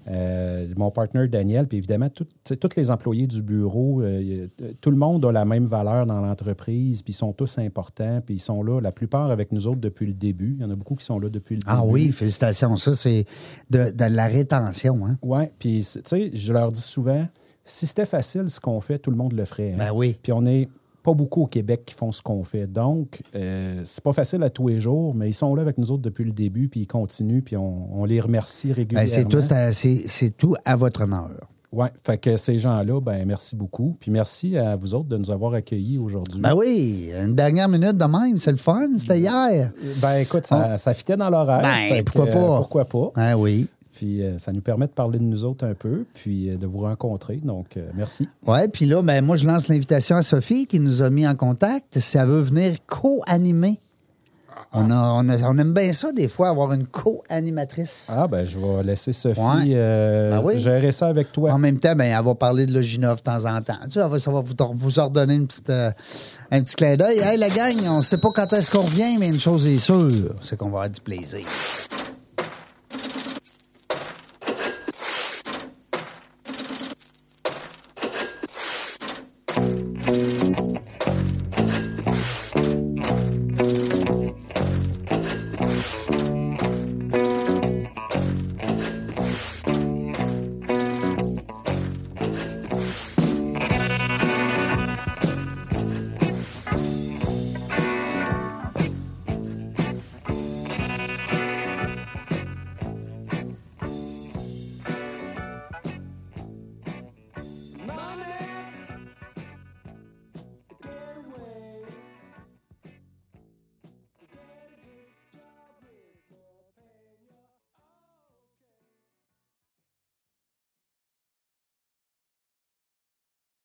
Euh, mon partenaire Daniel, puis évidemment, tout- tu sais, tous les employés du bureau, euh, y a- tout le monde a la même valeur dans l'entreprise, puis ils sont tous importants, puis ils sont là, la plupart avec nous autres depuis le début. Il y en a beaucoup qui sont là depuis le
Ah
début.
oui, félicitations. Ça, c'est de, de la rétention. Hein?
Oui, puis c'est- tu sais, je leur dis souvent, si c'était facile ce qu'on fait, tout le monde le ferait. hein.
Ben oui.
Puis on n'est pas beaucoup au Québec qui font ce qu'on fait. Donc, euh, c'est pas facile à tous les jours, mais ils sont là avec nous autres depuis le début, puis ils continuent, puis on, on les remercie
Ben,
régulièrement.
c'est tout, à- c'est c'est tout à votre honneur.
Oui, fait que ces gens-là, ben merci beaucoup. Puis merci à vous autres de nous avoir accueillis aujourd'hui.
Ben oui, une dernière minute de même, c'est le fun, c'était hier.
Euh,
Euh, ben,
Ben, écoute, ça, ça fitait dans l'horaire. fait que,
pourquoi
euh,
pas?
pourquoi pas?
Ben oui.
Puis euh, ça nous permet de parler de nous autres un peu, puis euh, de vous rencontrer. Donc, euh, merci.
Ouais, puis là, ben moi, je lance l'invitation à Sophie qui nous a mis en contact. Si elle veut venir co-animer.
Ah.
On, a, on, a- on aime bien ça, des fois, avoir une co-animatrice.
Ah, ben je vais laisser Sophie
Ouais.
euh,
Ben oui.
gérer ça avec toi.
En même temps, ben, elle va parler de Loginov de temps en temps. Tu sais, elle va savoir vous, vous ordonner une petite, euh, un petit clin d'œil. Hey, la gang, on sait pas quand est-ce qu'on revient, mais une chose est sûre, c'est qu'on va avoir du plaisir.